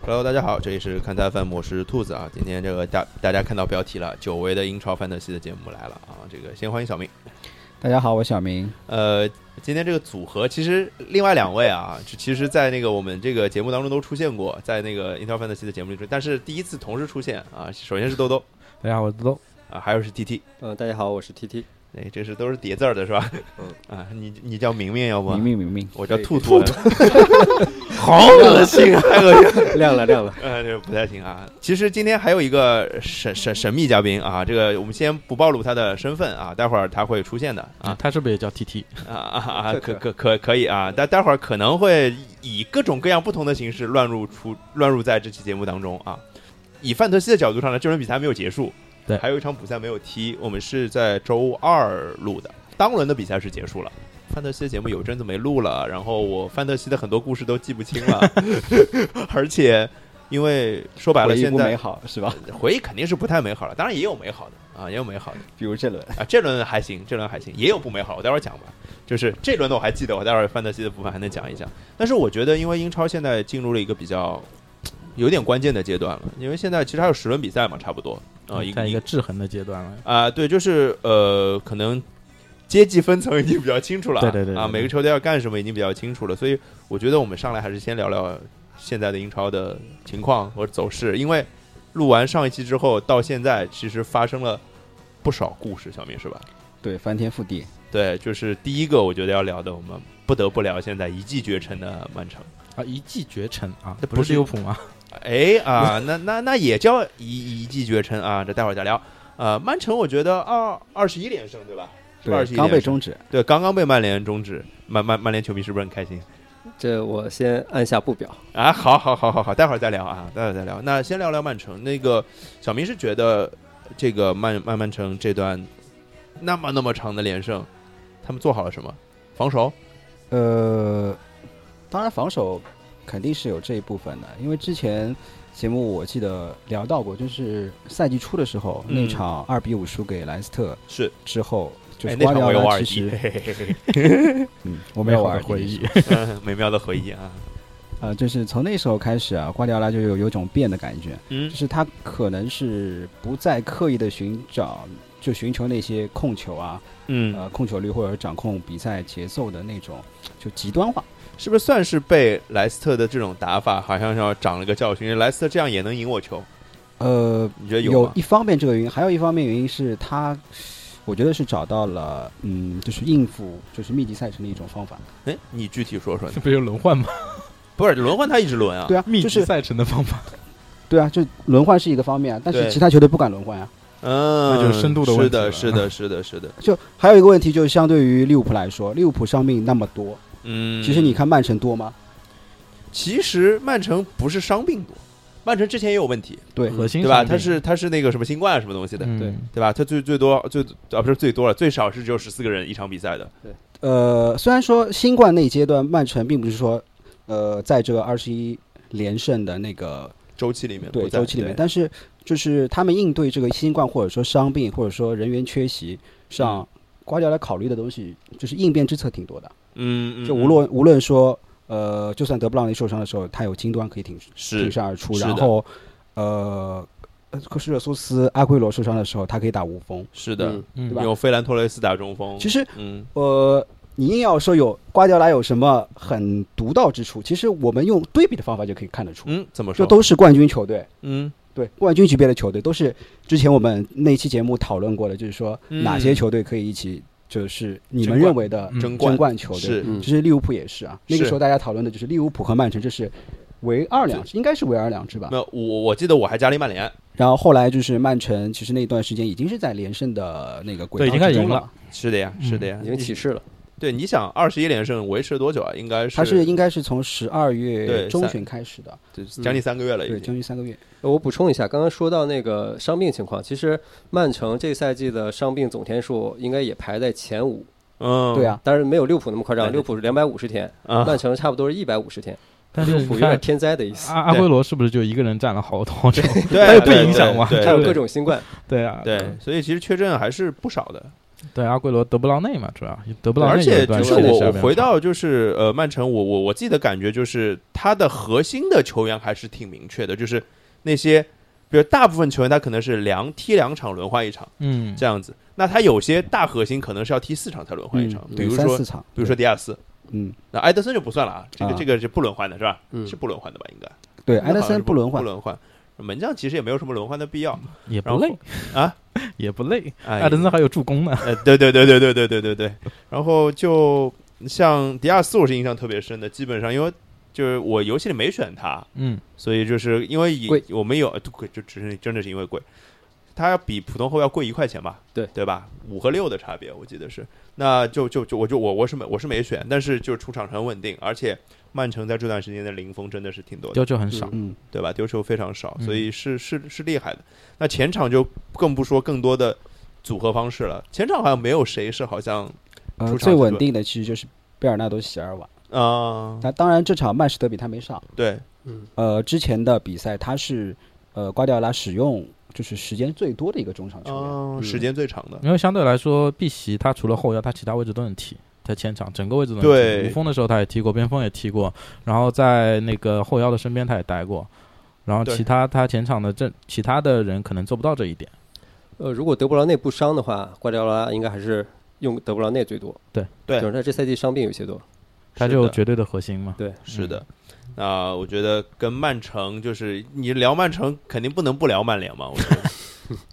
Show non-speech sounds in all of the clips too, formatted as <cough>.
Hello，大家好，这里是看台 FM，我是兔子啊。今天这个大大家看到标题了，久违的英超范特西的节目来了啊。这个先欢迎小明。大家好，我小明。呃，今天这个组合其实另外两位啊，就其实，在那个我们这个节目当中都出现过，在那个英超范特西的节目里出，但是第一次同时出现啊。首先是豆豆大家好，我是豆豆。啊，还有是 TT，嗯，大家好，我是 TT。哎，这是都是叠字儿的是吧？嗯 <laughs> 啊，你你叫明明要不？明明明明，我叫可以兔兔， <laughs> 好恶心啊， <laughs> 太恶心了。亮了亮了，呃，这个不太行啊。其实今天还有一个神神神秘嘉宾啊，这个我们先不暴露他的身份啊，待会儿他会出现的啊他是不是也叫 TT？啊啊啊！可可可可以啊，但待会儿可能会以各种各样不同的形式乱入出乱入在这期节目当中啊。以范特西的角度上呢，这轮比赛没有结束，对还有一场补赛没有踢，我们是在周二录的，当轮的比赛是结束了。范特西的节目有阵子没录了，然后我范特西的很多故事都记不清 <laughs> 了，而且因为说白了，回忆现不美在好是吧？回忆肯定是不太美好了，当然也有美好的啊，也有美好的。比如这轮，啊，这轮还行，这轮还行，也有不美好，我待会儿讲吧。就是这轮的我还记得，我待会儿范特西的部分还能讲一讲。但是我觉得，因为英超现在进入了一个比较有点关键的阶段了，因为现在其实还有十轮比赛嘛，差不多啊、 <laughs> 一哦嗯在一个个制衡的阶段了。啊、对，就是呃，可能阶级分层已经比较清楚了， <laughs> 对对对对啊，对每个球队要干什么已经比较清楚了，所以我觉得我们上来还是先聊聊现在的英超的情况和走势，因为录完上一期之后到现在，其实发生了不少故事，小明是吧？对，翻天覆地。对，就是第一个我觉得要聊的，我们不得不聊现在一骑绝尘的曼城。啊，一骑绝尘啊，那不不是是利物浦吗？哎 <laughs> 啊，那那那也叫一一骑绝尘啊，这待会儿再聊。呃，曼城我觉得二二十一连胜对吧？是吧对， 21刚被连胜终止。对，刚刚被曼联终止，曼曼曼联球迷是不是很开心这我先按下不表。啊？好，好，好，好，好，待会儿再聊啊，待会儿再聊。那先聊聊曼城。那个小明是觉得这个曼曼曼城这段那么那么长的连胜，他们做好了什么？防守？呃，当然防守肯定是有这一部分的，因为之前节目我记得聊到过，就是赛季初的时候、嗯那场二比五输给莱斯特是，之后，就哎是，那瓜迪场奥我有拉耳其机，嘿实，嘿嘿嘿嘿 <laughs> 嗯，我没有美好玩的回 <laughs> 忆，嗯 <laughs> 美妙的回忆啊。 <laughs> 呃，就是从那时候开始啊，瓜迪奥拉就有有种变的感 <laughs> 觉，嗯就是他可能是不再刻意的寻找，就寻求那些控球啊，嗯，呃控球率或者掌控比赛节奏的那种就极端化。是不是算是被莱斯特的这种打法好像要长了个教训？因为莱斯特这样也能赢我球，呃，你觉得有吗？一方面这个原因，还有一方面原因是他，我觉得是找到了嗯，就是应付就是密集赛程的一种方法。哎，你具体说说呢这？不是有轮换吗？不是轮换他一直轮啊，对啊，密就集是赛程的方法，对啊，就轮换是一个方面啊，但对是其他球队不敢轮换啊。嗯，那就是深度的问题的，了是的，是的，是的，就还有一个问题，就是相对于利物浦来说，利物浦伤病那么多，嗯，其实你，看曼城多吗？其实曼城不是伤病多，曼城之前也有问题，对，核心对吧？上他面是他是那个什么新冠什么东西的，嗯对对吧？他最最多最啊不是最多了，最少是只有十四个人一场比赛的，呃，虽然说新冠那一阶段，曼城并不是说呃，在这个二十一连胜的那个周期里面对不在周期里面，对但是就是他们应对这个新冠或者说伤病或者说人员缺席嗯上，瓜迪奥拉考虑的东西就是应变之策挺多的。嗯，嗯就嗯无论无论说呃，就算德布劳内受伤的时候，他有金端可以挺是挺身而出，是的然后呃，呃科施热苏斯、阿奎罗受伤的时候，他可以打无锋。是的，嗯嗯对吧有费兰托雷斯打中锋，其实嗯呃，你硬要说有瓜迪奥拉有什么很独到之处，其实我们用对比的方法就可以看得出，嗯，怎么说？就都是冠军球队。嗯对冠军级别的球队，都是之前我们那期节目讨论过的，就是说嗯哪些球队可以一起，就是你争冠们认为的嗯争争冠冠球队。是嗯其实利物浦也是啊，那个是时候大家讨论的就是利物浦和曼城，这是唯二两，应该是唯二两支吧没。有我我记得我还加了一曼联，然后后来就是曼城，其实那段时间已经是在连胜的那个轨对已道经开之始中赢了了嘛，是的呀，嗯是的呀，已经起势了，对，你想二十一连胜维持了多久啊？应该是它是应该是从十二月对中三旬开始的，对将近三个月了，对，已将经。近三个月。呃我补充一下，刚刚说到那个伤病情况，其实曼城这赛季的伤病总天数应该也排在前五，嗯，对啊，当然没有利物浦那么夸对张，利物浦是两百五十天，啊，曼城差不多是一百五十天，但利是物你浦有点看天灾的意思，阿阿圭罗是不是就一个人占了好多场？ <laughs> 对，啊但是对不影响嘛对还有对各种新冠，对啊，对，所以其实缺阵还是不少的。对阿圭罗、德布劳内嘛，主要德布劳内而且有段就时是间我下我边回到就是呃曼城，我我我自己的感觉就是他的核心的球员还是挺明确的，就是那些比如大部分球员他可能是两踢两场轮换一场嗯这样子，那他有些大核心可能是要踢四场才轮换一场，比嗯对如三说四场，比如说迪亚斯，嗯，那埃德森就不算了啊，这个啊这个是不轮换的是吧？嗯是不轮换的吧？应该对，好埃德像是森不轮换不，轮换。门将其实也没有什么轮换的必要，也然不后累啊， <laughs> 也不累。哎艾德森还有助攻呢，呃，对对对对对对对对对。然后就像迪亚斯，我是印象特别深的，基本上因为就是我游戏里没选他，嗯，所以就是因为以贵我们有呃贵，就只是真的是因为贵，他要比普通后要贵一块钱吧？对对吧？五和六的差别，我记得是。那就就就我就我我是没我是没选，但是就出场很稳定，而且曼城在这段时间的零封真的是挺多的。丢球很少。嗯，对吧？丢球非常少，嗯所以是是是厉害的。那前场就更不说更多的组合方式了，前场好像没有谁是好像呃出，场最是稳吧定的其实就是贝尔纳多·席尔瓦。啊、那当然，这场曼市德比他没上，对，嗯呃，之前的比赛他是呃瓜迪奥拉使用就是时间最多的一个中场球员，嗯、嗯时间最长的，因为相对来说，碧玺他除了后腰，他其他位置都能踢，在前场整个位置都能踢。对无锋的时候他也踢过，边锋也踢过，然后在那个后腰的身边他也待过。然后对其他他前场的这其他的人可能做不到这一点。呃，如果德布劳内不伤的话，瓜迪奥拉应该还是用德布劳内最多。对对就是他这赛季伤病有些多。他是就的绝对的核心嘛。对，是的。那我觉得跟曼城就是你聊曼城，肯定不能不聊曼联嘛。我觉得，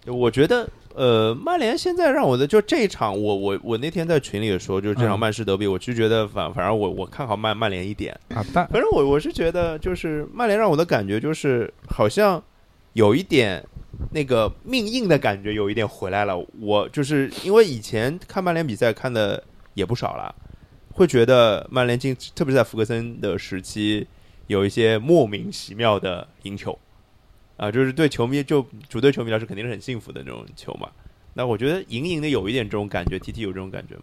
<laughs> 就我觉得呃，曼联现在让我的就这一场我，我我那天在群里也说，就是这场嗯曼市德比，我就觉得反反正我我看好曼曼联一点。啊，但反正我我是觉得，就是曼联让我的感觉就是好像有一点那个命硬的感觉，有一点回来了。我就是因为以前看曼联比赛看的也不少了，会觉得曼联进，特别是在福格森的时期，有一些莫名其妙的赢球啊，就是对球迷就主队球迷来说肯定是很幸福的那种球嘛。那我觉得隐隐的有一点这种感觉，T T 有这种感觉吗？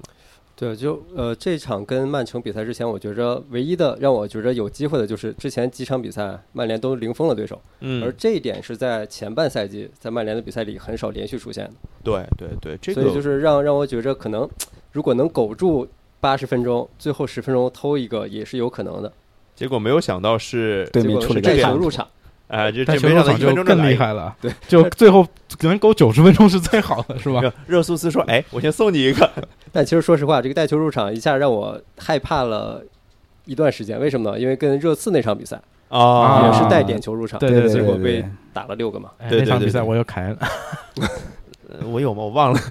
对，就呃这场跟曼城比赛之前，我觉着唯一的让我觉着有机会的就是之前几场比赛曼联都零封了对手，而嗯，这一点是在前半赛季在曼联的比赛里很少连续出现的，对对对，这个所以就是让让我觉着可能如果能苟住八十分钟，最后十分钟偷一个也是有可能的。结果没有想到是对结面果处是理这带个样球子入场，啊，这这但球没入想到一场分钟就就更来厉一个害了，对，就最后能够九十分钟是最好的， <laughs> 是吧？热苏斯说：“哎，我先送你 <laughs> 一个。但其实说实话，这个带球入场一下让我害怕了一段时间。为什么呢？因为跟热刺那场比赛”啊也是带点球入场，对对结果被对打了六个嘛。哎对那对场对比赛对我又砍了，我有吗？我忘了。 <laughs>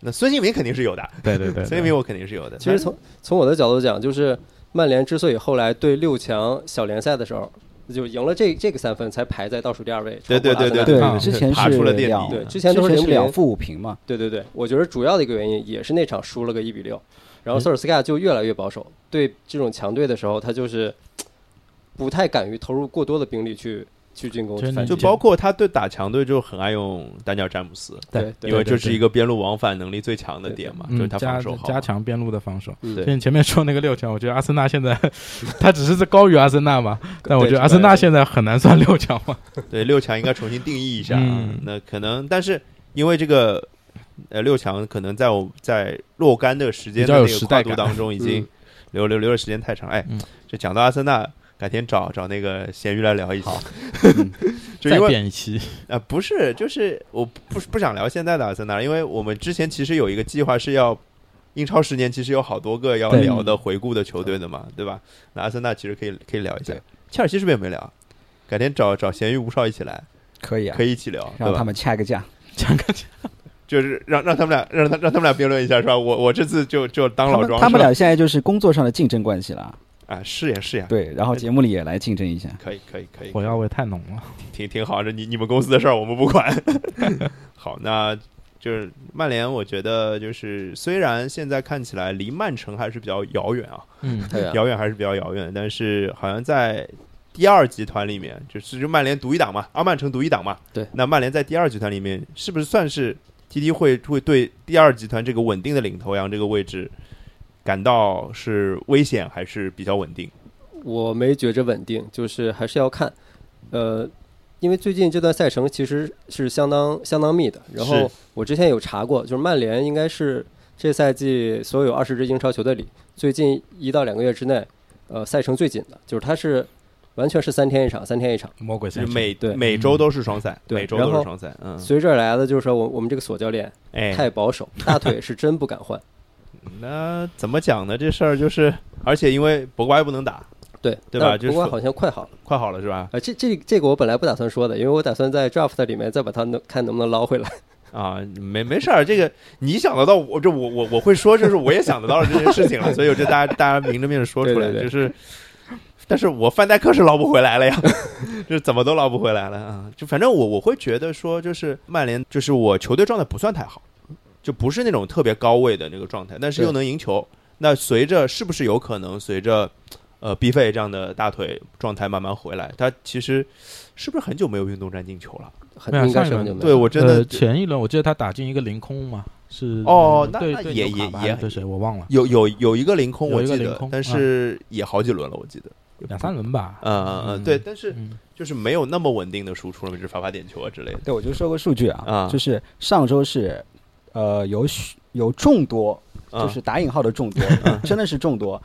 那孙兴民肯定是有的，对对对，孙兴民我肯定是有的。其实从从我的角度讲，就是曼联之所以后来对六强小联赛的时候就赢了这这个三分，才排在倒数第二位。对对超过对阿森对纳啊之前爬是出了垫两底对之前都是之前零是比零两。负五平嘛，对对对，我觉得主要的一个原因也是那场输了个一比六，然嗯后索尔斯克亚就越来越保守，对这种强队的时候，他就是不太敢于投入过多的兵力去去进攻。真的反就击包括他对打强队就很爱用丹尼尔詹姆斯，对对因为这是一个个边路往返能力最强的点嘛，就是嗯他加防守好。加强边路的防守。嗯对就你前面说那个六强，我觉 <laughs> 得阿森纳现在他只是在高于阿森纳嘛，但我觉得阿森纳现在很难算六强嘛。对六强应该重新定义一下。啊嗯那可能，但是因为这个呃六强可能在我在若干的时间比的较有那个时跨代度感当中，已经嗯留留留的时间太长。哎嗯，这讲到阿森纳，改天找找那个咸鱼来聊一期好。就再因为变一期，啊，不是，就是我不不想聊现在的阿森纳，因为我们之前其实有一个计划是要英超十年，其实有好多个要对聊的回顾的球队的嘛，对吧？那阿森纳其实可以可以聊一下对，切尔西是不是也没聊？改天找找咸鱼吴少一起来，可以啊可，以一起聊，对让他吧？们掐个架。讲个讲就是让让他们俩让他让他们俩辩论一下，是吧？我我这次就就当他老们庄他们是吧俩现在就是工作上的竞争关系了，啊，是呀是呀，对，然后节目里也来竞争一下。可以可以可以，火药味太浓了。挺挺好，这你你们公司的事儿我们不管。 <laughs> 好，那就是曼联，我觉得就是虽然现在看起来离曼城还是比较遥远啊，嗯，对啊，遥远还是比较遥远，但是好像在第二集团里面，就是就曼联独一档嘛，啊，曼城独一档嘛，对那曼联在第二集团里面是不是算是 TT 会会对第二集团这个稳定的领头羊这个位置感到是危险还是比较稳定？我没觉着稳定，就是还是要看，呃，因为最近这段赛程其实是相当相当密的。然后是我之前有查过，就是曼联应该是这赛季所有二十支英超球队里，最近一到两个月之内，呃，赛程最紧的，就是它是完全是三天一场，三天一场。魔鬼就赛是程每对每周都是双赛，对每周都然是后双赛，嗯，随之而来的就是说我我们这个锁教练哎，太保守，<laughs> 大腿是真不敢换。那怎么讲呢？这事儿就是，而且因为博瓜又不能打，对，对吧但就是不过说好像快好了。快好了是吧？啊，这这这个我本来不打算说的，因为我打算在 draft 里面再把它能看能不能捞回来。啊，没没事儿，这个你想得到我，这我我我会说，就是我也想得到这件事情了，啊所以我就大家大家明着面说出来，对对对就是，但是我范戴克是捞不回来了 <laughs> 呀，就是怎么都捞不回来了啊！就反正我我会觉得说，就是曼联，就是我球队状态不算太好，就不是那种特别高位的那个状态，但是又对能赢球。那随着是不是有可能随着呃 B 费这样的大腿状态慢慢回来，他其实是不是很久没有运动战进球了？很没有应该上一是很轮久没有对啊我真的、呃前一轮我记得他打进一个凌空嘛，是哦嗯那对那对也纽卡吧也也还是对谁我忘了，有有有一个凌空，我有一记个得凌空，但是也好几轮了，我记得两三。轮吧。嗯嗯嗯，对，但是嗯，就是没有那么稳定的输出了，就是罚罚点球啊之类的。对，我就说个数据啊，啊就是上周是，呃，有许有众多，嗯就是打引号的众多， <laughs> 真的是众多，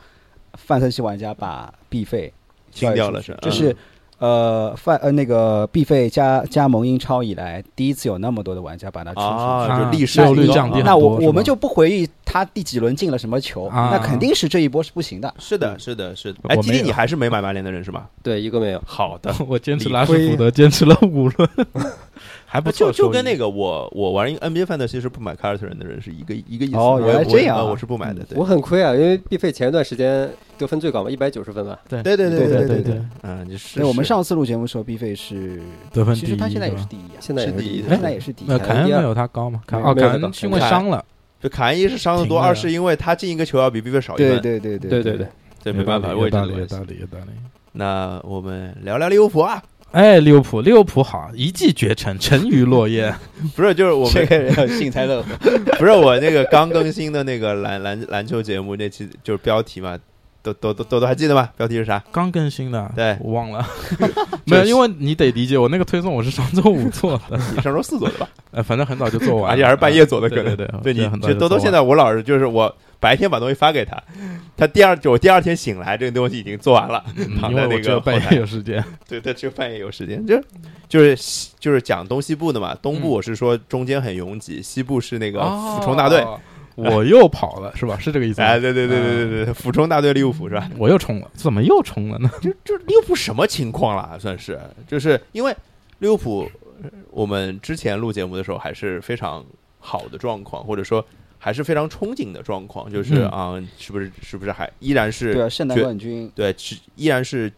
范特西玩家把 B 费清掉交易了出去是嗯这是呃范呃那个 B 费加加盟英超以来第一次有那么多的玩家把它出出去。啊，就历史啊效率高降啊低很那我多是我们吗就不回忆他第几轮进了什么球，啊那肯定是这一波是不行的。是的，是的，是的。我哎，今没天你有还是没买曼联的人是吧？对一个没有。好 <laughs> 的， <laughs> 我坚持理拉什福德，坚持了五轮，还不就错，就跟收益那个我我玩 NBA fantasy 是不买凯尔特人的人是一个一个意思。哦原来我呃这样啊我我是不买的。对我很亏啊，因为 B 费前一段时间得分最高嘛，一百九十分吧。对对对对对对对，嗯，就是所以我们上次录节目的时候，B 费是得分其第实一。他现在也对是吧第一啊，现在也是第第一现在也是第一那凯呃凯恩恩第没二有他高嘛？凯没哦，有凯他高恩是因为伤了，就凯恩一是伤的多，停了二是因为他进一个球要比 B B 少一对分，对对对对对对，这没办法，有位置的道理，有关道系。理，有道理。那我们聊聊利物浦啊，哎，利物浦，利物浦好，一骑绝尘，尘与 <laughs> 落叶。不是，就是我这们个人有幸灾乐祸。 <laughs> 不是我那个刚更新的那个篮篮篮球节目那期就是标题嘛，都都都都都还记得吗？标题是啥？刚更新的，对我忘了， <laughs> 没有，因为你得理解，我那个推送我是上周五做 <laughs> 的，你上周四做的 <laughs> 吧？呃，反正很早就做完了，而且啊还是半夜做的，对可能对对对，你很早这就多多做现完在我老是就是我白天把东西发给他，他第二我第二天醒来，这个东西已经做完了， <laughs> 嗯躺因在为我那只个有后半台夜，有时间，对，他只有半夜有时间，就就是就是讲东西部的嘛，东部嗯我是说中间很拥挤，西部是那个俯冲大队，哦，我又跑了，是吧？是这个意思吗？哎，对对对对嗯，对对，俯冲大队利物浦是吧？我又冲了，怎么又 <laughs> 冲了呢？就就利物浦什么情况啦？算是，就是因为利物浦，呃我们之前录节目的时候还是非常好的状况，或者说还是非常憧憬的状况，就是嗯啊、是不是是不是还依然是对啊，圣诞绝冠军。对是依然是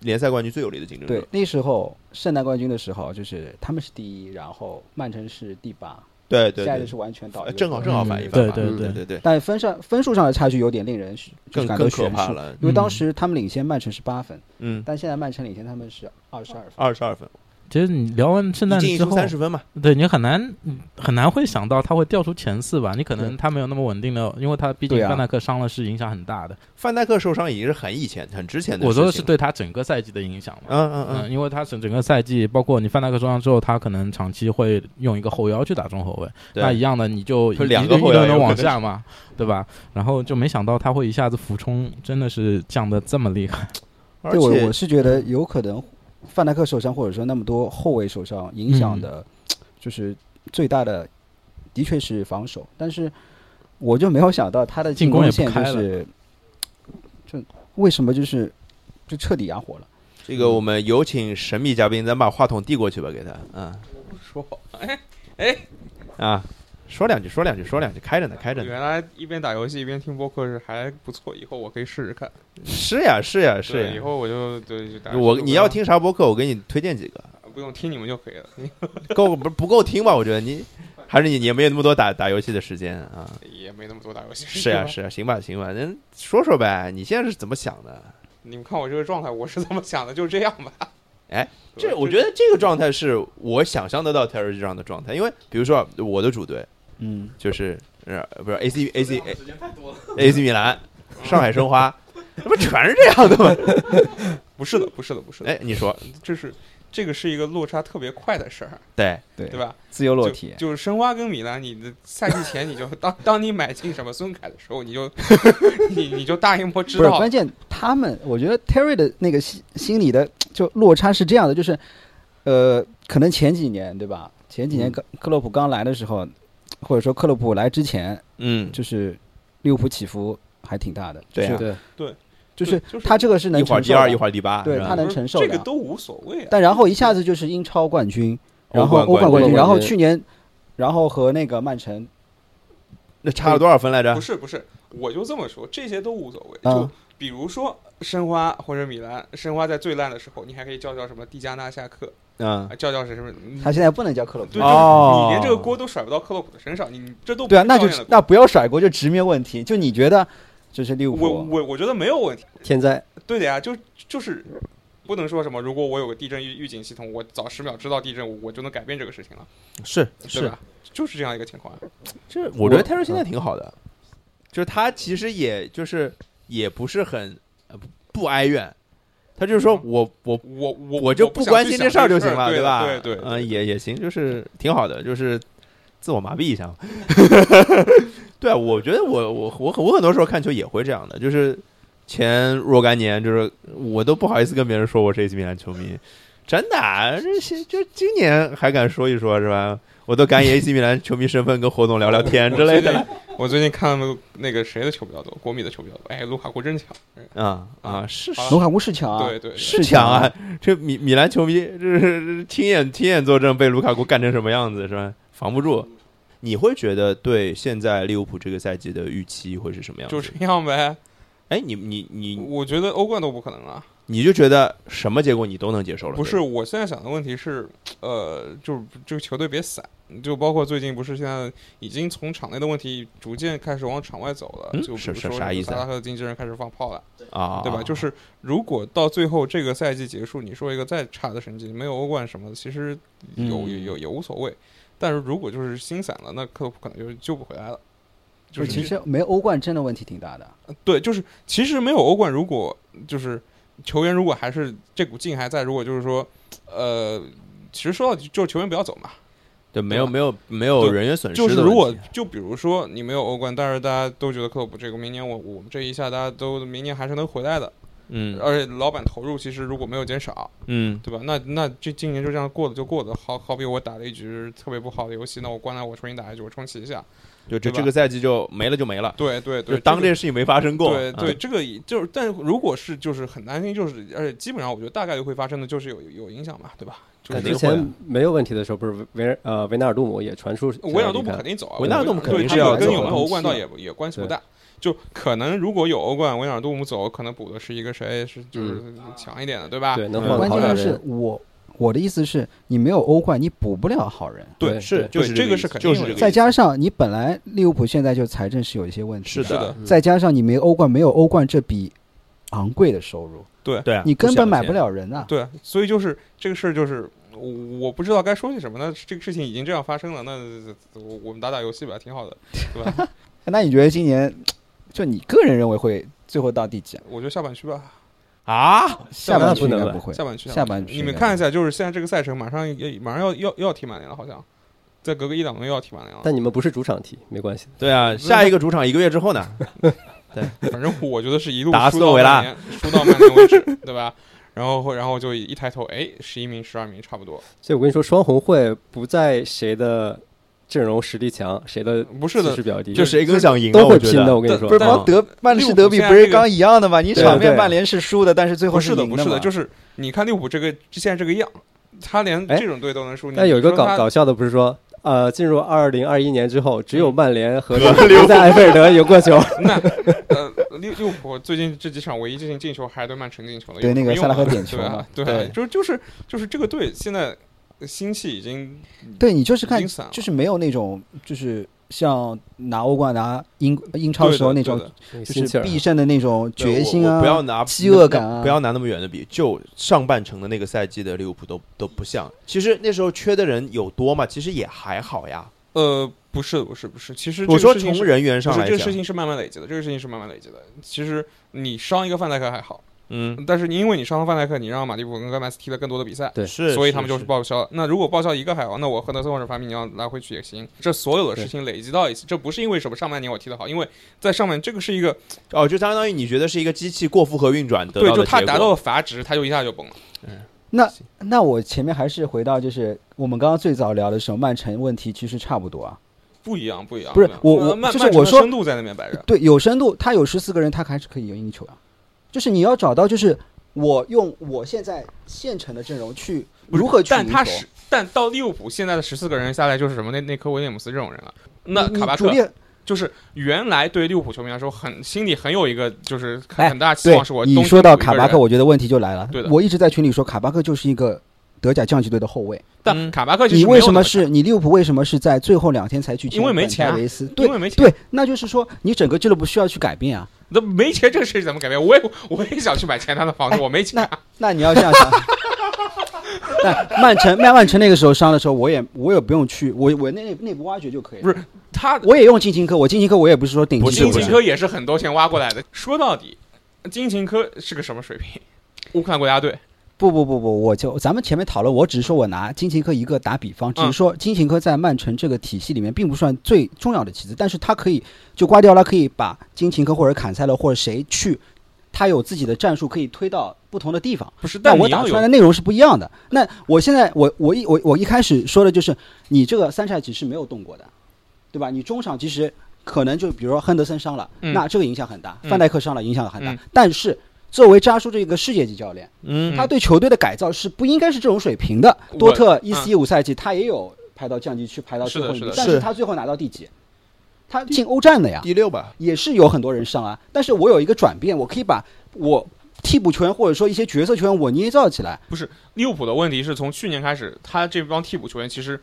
联赛冠军最有力的竞争对者？，那时候圣诞冠军的时候，就是他们是第一，然后曼城是第八，对对下一对个是完全倒一呃个，正好正好反一嗯反嘛，对对对对对，但分上分数上的差距有点令人就是更感到更可悬怕殊，了，因为当嗯时他们领先曼城是八分，嗯，但现在曼城领先他们是二十二分。二十二分，其实你聊完圣一诞进一之出后，三十分嘛，对你很难嗯很难会想到他会掉出前四吧？你可能对他没有那么稳定的，因为他毕竟对啊范戴克伤了是影响很大的。范戴克受伤已经是很以前很之前的，我说的是，对他整个赛季的影响嘛。嗯嗯嗯嗯，因为他整整个赛季，包括你范戴克受伤之后，他可能长期会用一个后腰去打中后卫。对那一样的，你就就一两个后一腰轮有能可往能下嘛，对吧？然后就没想到他会一下子俯冲，真的是降的这么厉害。而对我且我是觉得有可能范戴克受伤，或者说那么多后卫受伤影响的，就是最大的的确是防守，但是我就没有想到他的进进攻也攻不线就开是，就为什么就是就彻底哑火了。这个我们有请神秘嘉宾，咱把话筒递过去吧，给他，嗯，说哎好，啊，说两句，说两句，说两句，开着呢，开着呢。原来一边打游戏一边听播客是还不错，以后我可以试试看。是呀，是呀，对是以呀。后我就对就打我你要听啥播客，我给你推荐几 <laughs> 个，不用听你们就可以了，够不不够听吧？我觉得你还是你你也没有那么多打打游戏的时间啊。也没那么多打游戏。是呀，是呀，行吧，行吧，那说说呗，你现在是怎么想的？你们看我这个状态，我是怎么想的，就是这样吧。哎对，这我觉得这个状态是我想象得到 Terry 这样的状态，因为比如说我的主队嗯，就是呃不是 AC AC 这啊时间太多了。 AC 米兰、上海申 <laughs> 花，这不全是这样的吗？不是的，不是的，不是的，哎，你说这是这个是一个落差特别快的事儿，对，对对吧？自由落就体，就是申花跟米兰，你的赛季 <laughs> 前你就当当你买进什么孙凯的时候，你就你你就大规模知不是道关键，他们我觉得 Terry 的那个心心理的就落差是这样的，就是呃，可能前几年对吧？前几年嗯克克洛普刚来的时候，或者说克洛普来之前，嗯，就是利物浦起伏还挺大的，对啊就是对，就对是就是他这个是能一会儿承第受的二，一会儿第八，对是吧他能不是承受嗯这的个都无所谓啊。但然后一下子就是英超冠军，然后欧冠欧冠冠冠军军，冠军然后去年，然后和那个曼城，那差了多少分来着不？是不是，我就这么说，这些都无所谓。嗯啊就比如说申花或者米兰，申花在最烂的时候，你还可以叫叫什么蒂加纳下课，嗯啊，，叫叫谁什么，你他现在不能叫克洛普对，哦。就是你连这个锅都甩不到克洛普的身上，你你这都不对啊，是那教就练的锅那不要甩锅，就直面问题。就你觉得，就是利物我浦，我我觉得没有问题。天灾，对的呀，就就是不能说什么，如果我有个地震预预警系统，我早十秒知道地震，我我就能改变这个事情了， <laughs> 是对，吧？就是这样一个情况啊。这我觉得泰瑞现在挺好的，就是他其实也就是也不是很呃不不哀怨，他就是说我我我我我就我不不想关去心想事儿就事行了，对的吧？对对，对嗯，也也行，就是挺好的，就是自我麻痹一下 <laughs> 嘛。对啊，我觉得我我我很我很多时候看球也会这样的，就是前若干年，就是我都不好意思跟别人说我是 AC 米兰球迷，真的啊、这些就今年还敢说一说是吧？我都敢以 AC 米兰球迷身份跟侯总聊聊天之类的了。我最近看那个谁的球比较多，国米的球比较多。哎，卢卡库真强，嗯啊啊，是好了卢卡库是强啊，对对，对是强啊！这米米兰球迷就是亲眼亲眼作证被卢卡库干成什么样子，是吧？防不住。你会觉得对现在利物浦这个赛季的预期会是什么样子？就这样呗。哎，你你你我觉得欧冠都不可能了。你就觉得什么结果你都能接受了？不是，对吧我现在想的问题是，呃，就是这个球队别散，就包括最近不是现在已经从场内的问题逐渐开始往场外走了，嗯就比是如是说啥什么意思啊萨拉赫的经纪人开始放炮了，啊？对吧？就是如果到最后这个赛季结束，你说一个再差的成绩，没有欧冠什么的，其实嗯有有有也无所谓。但是如果就是心散了，那克洛普可能就救不回来了。就就是其这实没欧冠真的问题挺大的。对，就是其实没有欧冠，如果就是球员如果还是这股劲还在，如果就是说，呃，其实说到底就是球员不要走嘛，对没有对吧没有没有对人员损失就的是问题，如果就比如说你没有欧冠，但是大家都觉得克洛普这个明年我我们这一下大家都明年还是能回来的，嗯而且老板投入其实如果没有减少，嗯对吧？那那这今年就这样过了就过了，好好比我打了一局特别不好的游戏，那我关了我重新打一局，我重启一下，就这对吧这个赛季就没了就没了，对对就对，当这这个个事情没发生过。对啊对，这个也就是，但如果是就是很担心，就是而且基本上我觉得大概率会发生的，就是有有影响嘛，对吧？就但肯是定之会啊前没有问题的时候，不是维呃维纳尔杜姆也传出维纳尔杜姆想要离开肯定走啊，维纳尔杜姆肯定是对这要个跟走有没的有欧冠倒也也关系不大。就可能如果有欧冠，维纳尔杜姆走，可能补的是一个谁是就是强一点的，对吧？对能嗯换关好键点就是人，我我的意思是，你没有欧冠，你补不了好人。对是对就对是这个意思是肯定就是的这个再意思加上你本来利物浦现在就财政是有一些问题是的，是的的，再加上你没欧冠，没有欧冠这笔昂贵的收入，对啊你根本买不了。了人啊。对，所以就是这个事儿，就是我我不知道该说些什么。那这个事情已经这样发生了，那我我们打打游戏吧，挺好的，对吧？那你觉得今年，就你个人认为会最后到第几？啊？我觉得下半区吧，啊，下半区不应能该吧不会。下半区，下半区你们看一下，就是现在这个赛程马上也马上要要要踢曼联了，好像再隔个一两轮又要踢曼联了。但你们不是主场踢，没关系。对啊，下一个主场一个月之后呢？反正我觉得是一路打输斯到诺维拉曼联，输到曼联为止，对吧？然后然后就一抬头，哎，十一名、十二名差不多。所以我跟你说，双红会不在谁的阵容实力强，谁的不是的技术比较低，就谁更想赢啊？都我会觉拼的。得我跟你说，不是但光德曼利物市浦德比现在不是这个刚一样的吗？你对场面对曼联是输的，但是最后不是的，赢不是嘛的，就是你看利物浦这个现在这个样，他连哎这种队都能输。你但有一个你说他搞搞笑的，不是说呃，进入二零二一年之后，只有嗯曼联和和利物浦在埃菲尔德赢过球。那呃，利利物浦最近这几场唯一进行进球还是对曼城进球了，对有什么那个用萨拉赫啊点球对嘛吧？对对啊，就就是就是这个队现在心气已经对你就是已看经散了，就是没有那种就是像拿欧冠、拿英英超时候那种对的对的就心气是儿啊必胜的那种对决我心我啊，不要拿饥饿感啊不要拿那么远的比，就上半程的那个赛季的利物浦都都不像。其实那时候缺的人有多嘛，其实也还好呀。呃，不是不是不是，其实我这个说事情从是人员不上是来这个讲事，情是慢慢累积的，这个事情是慢慢累积的。其实你伤一个范戴克还好，嗯，但是你因为你伤了范戴克，你让马蒂普跟戈麦斯踢了更多的比赛，对是，所以他们就是是报销了。那如果报销一个还好，那我亨德森或者法比尼奥拉回去也行。这所有的事情累积到一起，这不是因为什么上半年我踢得好，因为在上面这个是一个哦，就相当于你觉得是一个机器过负荷运转得对，到就的他结达果到了阀值，他就一下就崩了。那我前面还是回到就是我们刚刚最早聊的时候，曼城问题其实差不多啊。不一样，不一样。不是一样我我呃曼就是曼城我的说深度在那边摆着，对，有深度，他有十四个人，他还是可以赢一球啊。就是你要找到，就是我用我现在现成的阵容去不 <laughs> 是如何去但赢球。他是，但到利物浦现在的十四个人下来就是什么内内科威廉姆斯这种人了。那你卡巴主克力就是原来对利物浦球迷来说很心里很有一个就是哎很大期对望是我。你说到卡巴克，，我觉得问题就来了对。的我一直在群里说，卡巴克就是一个德甲降级队的后卫。但卡巴克其嗯实你没为有什那么么是你利物浦为什么是在最后两天才去签因为没本钱啊戴维斯？对因为没钱，对，那就是说你整个俱乐部需要去改变啊。那没钱这个事情怎么改变？我也我也想去买钱他的房子，哎我没钱。啊那你要这 <laughs> 样想。那曼城，曼曼城那个时候伤的时候，我也我也不用去，我我内内部挖掘就可以了。不是他我也用金琴科，我金琴科我也不是说顶级不是金球不琴是员，科也是很多钱挖过来的。说到底，金琴科是个什么水平？乌克兰国家队不不不不，我就咱们前面讨论，我只是说我拿金琴科一个打比方，只是嗯说金琴科在曼城这个体系里面并不算最重要的棋子，但是他可以就瓜迪奥拉可以把金琴科或者坎塞洛或者谁去，他有自己的战术可以推到不同的地方。不是，但但我你打要出来有的内容是不一样的。那我现在我我一我我一开始说的就是你这个三叉戟是没有动过的，对吧？你中场其实可能就比如说亨德森伤了，嗯那这个影响很大；嗯范戴克伤了，影响很大。嗯但是作为扎叔这个世界级教练，嗯他对球队的改造是不应该是这种水平的。我多特一嗯四一五赛季他也有排到降级区，排到是最的后一名，是的但是是他最后拿到第几？他进欧战的呀。第六吧，也是有很多人上啊，但是我有一个转变，我可以把我替补球员或者说一些角色球员我捏造起来。利物浦的问题是从去年开始，他这帮替补球员其实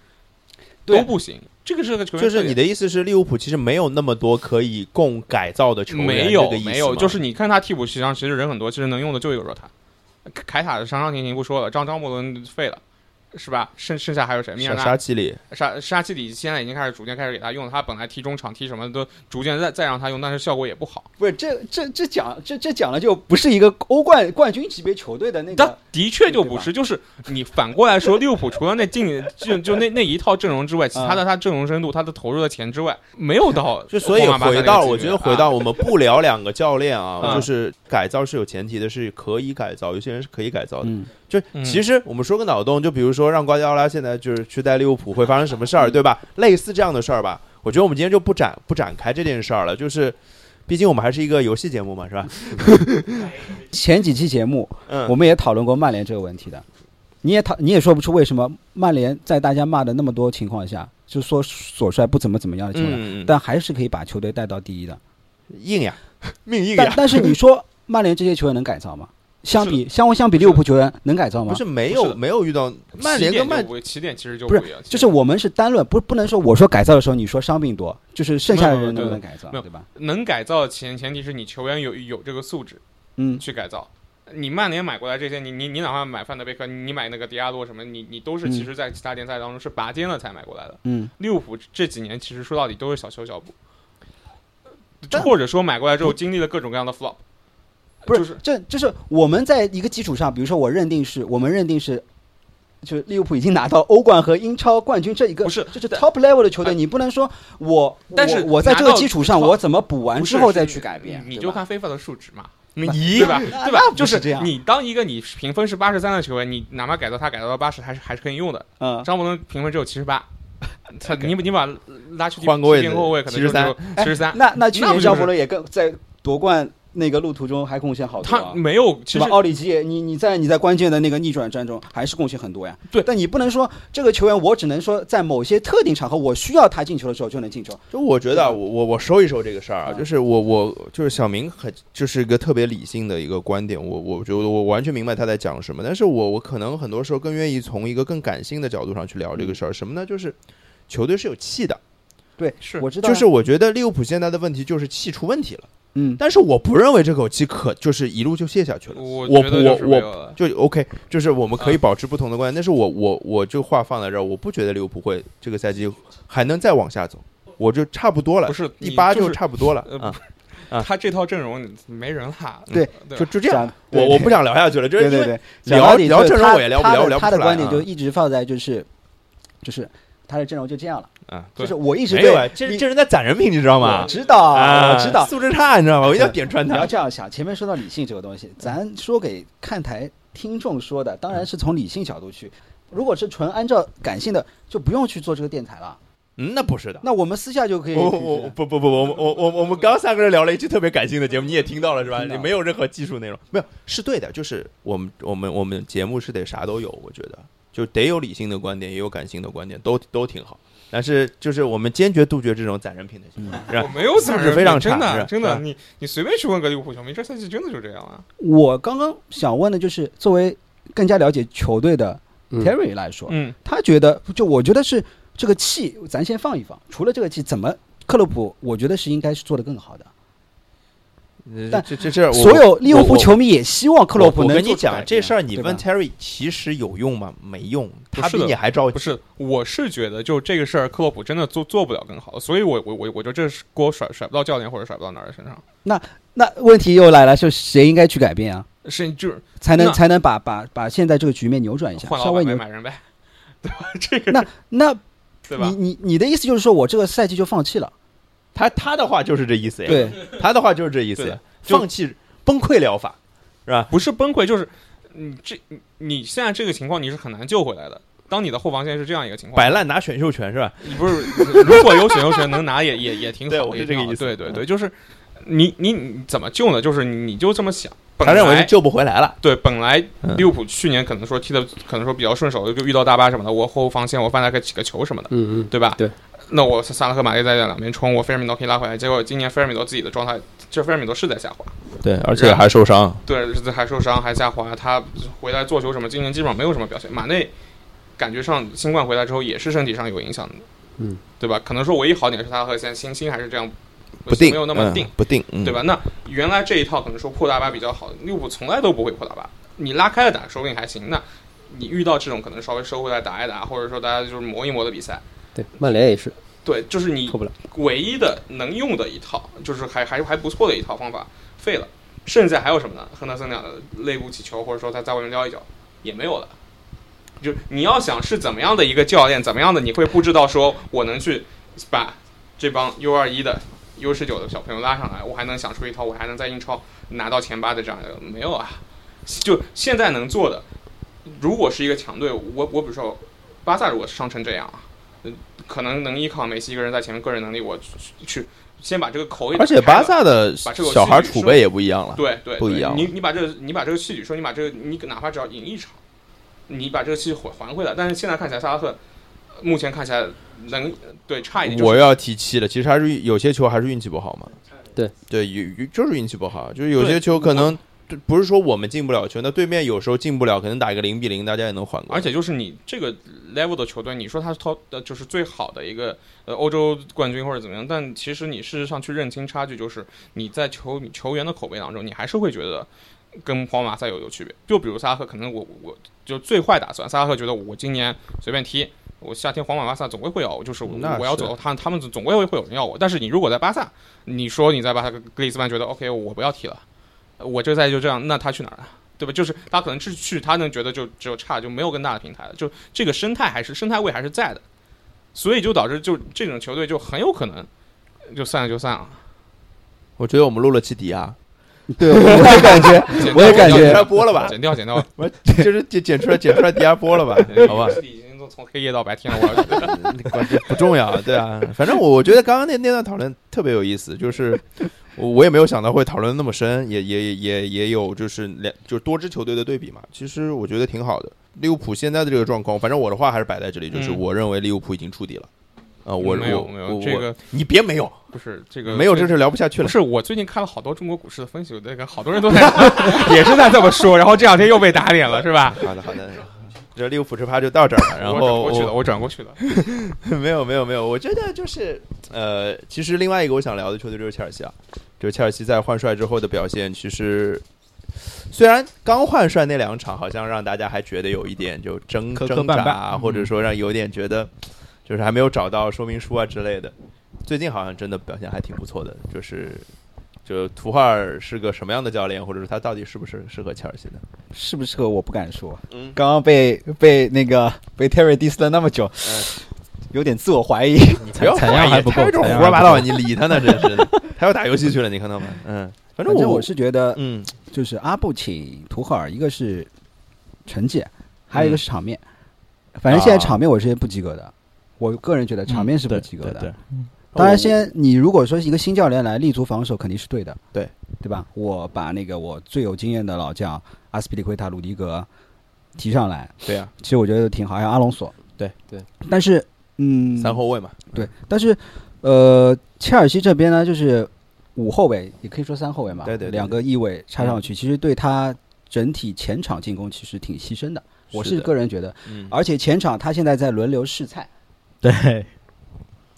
对都不行。这个是个球员就特点，是你的意思是利物浦其实没有那么多可以供改造的球员，没有这个意思吗没有，就是你看他替补席上其实人很多，其实能用的就一个若塔，凯塔伤伤停停不说了，张张伯伦废了。是吧？剩剩下还有谁？米沙尔纳沙奇里，沙沙奇里现在已经开始逐渐开始给他用了，他本来踢中场踢什么都逐渐再再让他用，但是效果也不好。不是这这这讲这这讲了就不是一个欧冠冠军级别球队的那但个，的确就不是，就是你反过来说，利物浦除了那进就就那那一套阵容之外，其他嗯的他阵容深度、他的投入的钱之外，没有到就所以皇马巴萨回那个到，级别我觉得啊回到我们不聊两个教练啊，嗯就是改造是有前提的，是可以改造，有些人是可以改造的。嗯，就嗯其实我们说个脑洞，就比如说让瓜迪奥拉现在就是去带利物浦会发生什么事嗯儿，对吧？类似这样的事儿吧，我觉得我们今天就不展不展开这件事儿了，就是。毕竟我们还是一个游戏节目嘛，是吧？前几期节目嗯，我们也讨论过曼联这个问题的，你也讨你也说不出为什么曼联在大家骂的那么多情况下，就说索帅不怎么怎么样的情况下，嗯，嗯但还是可以把球队带到第一的。硬 <laughs> 呀，命硬但呀，但是你说曼联这些球员能改造吗？相比相相比利物浦球员能改造吗？不是没不有是没有遇到曼联跟曼起点就不起点其实就不是一样，就是我们是单论，不不能说我说改造的时候你说伤病多，就是剩下的人能不能改造，没有对吧？能改造的前前提是你球员有有这个素质嗯，去改造。你曼联买过来这些，你你你哪怕买范德贝克，你买那个迪亚洛什么，你你都是嗯其实在其他联赛当中是拔尖了才买过来的。嗯，利物浦这几年其实说到底都是小修小补，但或者说买过来之后经历了各种各样的 flop，不是，就是这就是我们在一个基础上，比如说我认定是我们认定是，就是利物浦已经拿到欧冠和英超冠军这一个不是就是但 top level 的球队，哎你不能说我但是我我在这个基础上拿到我怎么补完不是之后再是去改变，你对就吧看非法的数值嘛，咦嗯对吧？那对吧那？不就是这样你当一个你评分是八十三的球员，你哪怕改造他改造到八十，还是还是可以用的。嗯。张伯伦评分只有七十八，他你你把拉去换个位置边后卫可能73七十三，那那去那年不就是张伯伦也更在夺冠那个路途中还贡献好多、啊他，没有是其吧实？奥里吉也，你你在你在关键的那个逆转战中还是贡献很多呀。对但你不能说这个球员，我只能说在某些特定场合，我需要他进球的时候就能进球。就我觉得嗯啊我我我收一收这个事儿啊，嗯就是我我就是小明很就是一个特别理性的一个观点，我我觉得我完全明白他在讲什么，但是我我可能很多时候更愿意从一个更感性的角度上去聊这个嗯事儿，什么呢？就是球队是有气的，对，是我知道啊，就是我觉得利物浦现在的问题就是气出问题了，嗯，但是我不认为这口气可就是一路就泄下去了，我我觉哦我得就是没有了就 OK，就是我们可以嗯保持不同的观点，但是我我我就话放在这儿，我不觉得利物浦会这个赛季还能再往下走，我就差不多了不，是一你八就就是差不多了呃啊。啊他这套阵容你没人了，对对就吧，就这样，对我对我不想聊下去了，就是对因为对对，聊讲道理聊就是阵容他我也聊不他聊的聊不他的出来观点啊就一直放在就是，就是他的阵容就这样了，啊，嗯对就是我一直没有对啊，这这人在攒人品，你知道吗我？知道啊，我知道，素质差，你知道吗？我一定要点穿你要他。这样想，前面说到理性这个东嗯西，咱说给看台听众说的，当然是从理性角度嗯去。如果是纯按照感性的，就不用去做这个电台了。嗯，哦那不是的。嗯那我们私下就可以。我我我不不不，我们我我我们刚三个人聊了一期特别感性的节目，你也听到了是吧？听到也了没有任何技术内容，没有是对的，就是我们我们我们节目是得啥都有，我觉得就得有理性的观点，也有感性的观点，都都挺好。但是就是我们坚决杜绝这种攒人品的行为，是我吧？没有想素质非常差真是的吧真的，是吧你你随便去问个利物浦球迷，这赛季真的就这样啊。我刚刚想问的就是，作为更加了解球队的 Terry 来说，嗯，他觉得就我觉得是这个气，咱先放一放。除了这个气，怎么克洛普，我觉得是应该是做的更好的。但这这这所有利物呃球。浦我球迷也希望克洛普我我能跟做你出改讲变这事儿，你对问吧 Terry 其实有用吗？没用，他是比的你还着急不。是，我是觉得就这个事儿，克洛普真的做做不了更好，所以我我我我觉得这是锅甩甩不到教练或者甩不到哪儿的身上，那问题又来了，是谁应该去改变啊？是就是才能那才能把把把现在这个局面扭转一下，换稍老微板扭。呗买人呗，对吧？这个那那对吧你？你你的意思就是说我这个赛季就放弃了？他他的话就是这意思呀，对，嗯他的话就是这意思对呀的，就放弃崩溃疗法是吧？不是崩溃，就是你这你你现在这个情况你是很难救回来的。当你的后防线是这样一个情况，摆烂拿选秀权是吧？你不是如果有选秀权能拿也也也挺好的，对我是也挺好这个意的思嗯对对对，就是你你你怎么救呢？就是你你就这么想，本他认为来是救不回来了。对，本来嗯利物浦去年可能说踢的可能说比较顺手，就遇到大巴什么的，我后防线我犯了个几个球什么的，嗯嗯，对吧？对。那我萨拉赫、马内在两边冲，我菲尔米诺可以拉回来。结果今年菲尔米诺自己的状态，这菲尔米诺是在下滑，对，而且还受伤。对，是还受伤还下滑。他回来做球什么，今年基本上没有什么表现。马内感觉上新冠回来之后也是身体上有影响的，嗯，对吧？可能说唯一好点是他和现在心心还是这样不定，没有那么嗯定，不定，嗯对？吧？那原来这一套可能说破大巴比较好，利物浦从来都不会破大巴，你拉开了打，说不定还行。那你遇到这种可能稍微收回来打一打，或者说大家就是磨一磨的比赛，对，曼联也是对，就是你破不了。唯一的能用的一套，就是还还还不错的一套方法废了，剩下还有什么呢？亨德森那样的内部起球，或者说他在外面撩一脚也没有了。就是你要想是怎么样的一个教练，怎么样的你会布置到说我能去把这帮 U 二一的、U 十九的小朋友拉上来，我还能想出一套，我还能在英超拿到前八的这样一个没有啊？就现在能做的，如果是一个强队，我我比如说巴萨如果伤成这样啊，嗯可能能依靠梅西一个人在前面个人能力，我去去先把这个口给而且巴打开了萨的把这个小孩区域储收备也不一样了。对对，啊不一对样你了你把这个你把这个戏里说，你把这个你哪怕只要赢一场，你把这个戏还还回来。但是现在看起来，萨拉赫呃目前看起来能对差一点，就我是嗯又要提气了，其实还是有些球还是运气不好嘛。对对，有有就是运气不好，就是有些对球可我能对不是说我们进不了球，那对面有时候进不了，可能打一个零比零，大家也能缓过来。而且就是你这个 level 的球队，你说他是 top 呃就是最好的一个呃欧洲冠军或者怎么样，但其实你事实上去认清差距，就是你在球球员的口碑当中，你还是会觉得跟皇马赛有有区别。就比如萨拉赫，可能我我就最坏打算，萨拉赫觉得我今年随便踢，我夏天皇马巴萨总归会要我，就是我那我要是走，他他们总总归会有人要我。但是你如果在巴萨，你说你在巴萨格里斯曼觉得 OK，我不要踢了，我这赛季就这样，那他去哪儿啊？对吧？就是他可能是去，他能觉得就只有差，就没有更大的平台了。就这个生态还是生态位还是在的，所以就导致就这种球队就很有可能就散了就散了。 <laughs> 我觉得我们录了期迪啊，对， <laughs> 我也感觉，剪我也掉感剪出来觉播了吧？剪掉剪掉，就是剪剪出来剪出来迪亚播了吧？ <laughs> 好吧，已经从黑夜到白天了。我要 <laughs> 觉得管这不重要，对啊。反正我我觉得刚刚那那段讨论特别有意思，就是我我也没有想到会讨论得那么深，也也也也有就是两就是多支球队的对比嘛。其实我觉得挺好的。利物浦现在的这个状况，反正我的话还是摆在这里，就是嗯我认为利物浦已经触底了。啊，我没有我没我有我这个你别没有不是这个没有，这这事聊不下去不了。是我最近看了好多中国股市的分析，我那个 <laughs> 好多人都在也是在这么说，然后这两天又被打脸了，是吧？好的好 <laughs> 的，这利物浦这趴就到这儿了，然我后转过去了，我我转过去 <laughs> 了。没有没有没有，我觉得就是呃，其实另外一个我想聊的球队就是切尔西啊，就是切尔西在换帅之后的表现，其实虽然刚换帅那两场好像让大家还觉得有一点就挣磕磕挣绊扎啊，绊嗯或者说让有点觉得就是还没有找到说明书啊之类的，最近好像真的表现还挺不错的，就是就图赫尔是个什么样的教练，或者说他到底是不是适合切尔西的？适不适合我不敢说。嗯，刚刚被被那个被 Terry diss 了那么久， <laughs> 有点自我怀疑。你采采样还不够这种采样胡说八还不道，够你理他呢？真是的，他要打游戏去了，你看到吗？嗯，反正反正我我是觉得，嗯就是阿布请图赫尔，一个是成绩，还有嗯一个是场面。反正现在场面我是不及格的，我个人觉得场面是不嗯对及格的。对对当然，现在你如果说是一个新教练来立足防守，肯定是对的，对对吧？我把那个我最有经验的老将阿斯皮利奎塔、鲁迪格提上来，对啊呀，其实我觉得挺好，还有阿隆索，对对。但是，嗯，三后卫嘛，对，但是呃，切尔西这边呢，就是五后卫，也可以说三后卫嘛，对对对嗯两个翼卫插上去，其实对他整体前场进攻其实挺牺牲的。我是是的个人觉得，嗯，而且前场他现在在轮流试菜，对，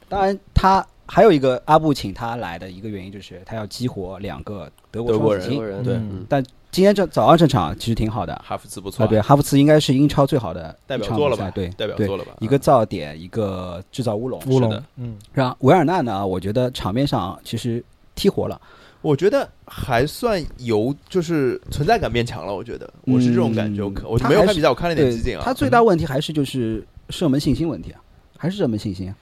当然他还有一个阿布请他来的一个原因就是他要激活两个德国德国双人子星。<laughs> 德国人对嗯今天这早上这场其实挺好的，哈弗茨不错啊，啊，对，哈弗茨应该是英超最好的代一表场作了比赛吧？对，代表对作了吧？一个造点，一个制造乌龙，乌是龙的，嗯，让维尔纳呢，我觉得场面上其实踢活了，我觉得还算有，就是存在感变强了。我觉得我是这种感觉，嗯我可我他没有还看是比赛，我看了点对集锦啊。他最大问题还是就是射门信心问题啊，还是射门信心啊，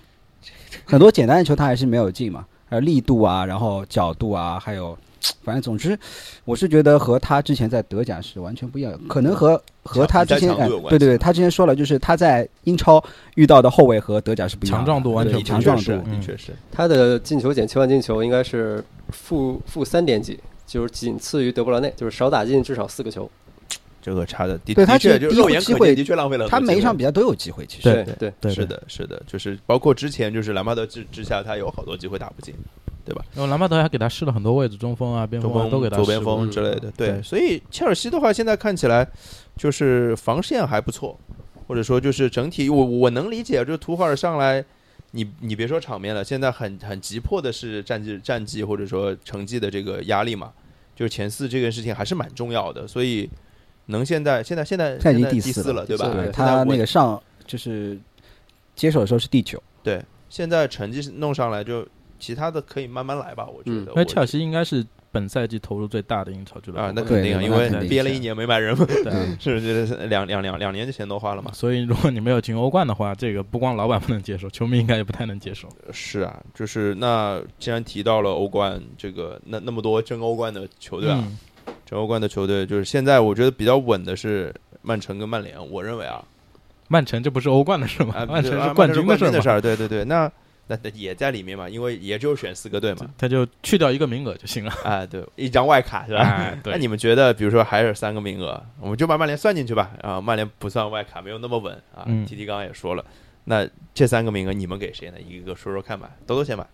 很多简单的球他还是没有进嘛，还有力度啊，然后角度啊，还有反正总之，我是觉得和他之前在德甲是完全不一样，可能和和他之前嗯强比赛强哎度有关系对对对，他之前说了，就是他在英超遇到的后卫和德甲是不一样的，强壮度完全对不一强样壮是度，嗯的确是，他的进球减七万进球应该是负负三点几，就是仅次于德布劳内，就是少打进至少四个球。这个差的的对他的确其就实肉眼可第一个见，机会的确浪费了很多他每一机会场比赛都有机会，其实对对对，对，是的，是的，就是包括之前就是兰帕德之之下，他有好多机会打不进，然后兰帕德还给他试了很多位置，中锋啊、边中锋啊锋、都给他左边试过嗯锋之类的。对，对所以切尔西的话，现在看起来就是防线还不错，或者说就是整体，我我能理解，就是图赫尔上来，你你别说场面了，现在很很急迫的是战绩战绩或者说成绩的这个压力嘛，就是前四这件事情还是蛮重要的，所以能现在现在现在现在已经第第四了，了对吧对？现在他我那个上就是接手的时候是第九，对，现在成绩弄上来就其他的可以慢慢来吧，我觉嗯得。因我为切尔西应该是本赛季投入最大的英超俱乐部啊，那对肯定啊，那因为肯定憋了是一年没买人嘛，对。啊是不是就是两两两两年的钱都花了嘛？所以，如果你没有进欧冠的话，这个不光老板不能接受，球迷应该也不太能接受。是啊，就是那既然提到了欧冠这个那那么多争欧冠的球队啊，嗯，争欧冠的球队就是现在我觉得比较稳的是曼城跟曼联，我认为啊，曼城这不是欧冠的事吗？啊曼城啊是曼冠城军冠事军的事吗？儿，对对对，那那那也在里面嘛，因为也就选四个队 <laughs> 嘛，他就去掉一个名额 <laughs> 就行了。啊，对，一张外卡是吧？哎对那你们觉得，比如说还有三个名额，我们就把曼联算进去吧。啊，曼联不算外卡，没有那么稳啊。嗯 T T 刚刚也说了，那这三个名额你们给谁呢？一个个说说看吧。兜兜先吧，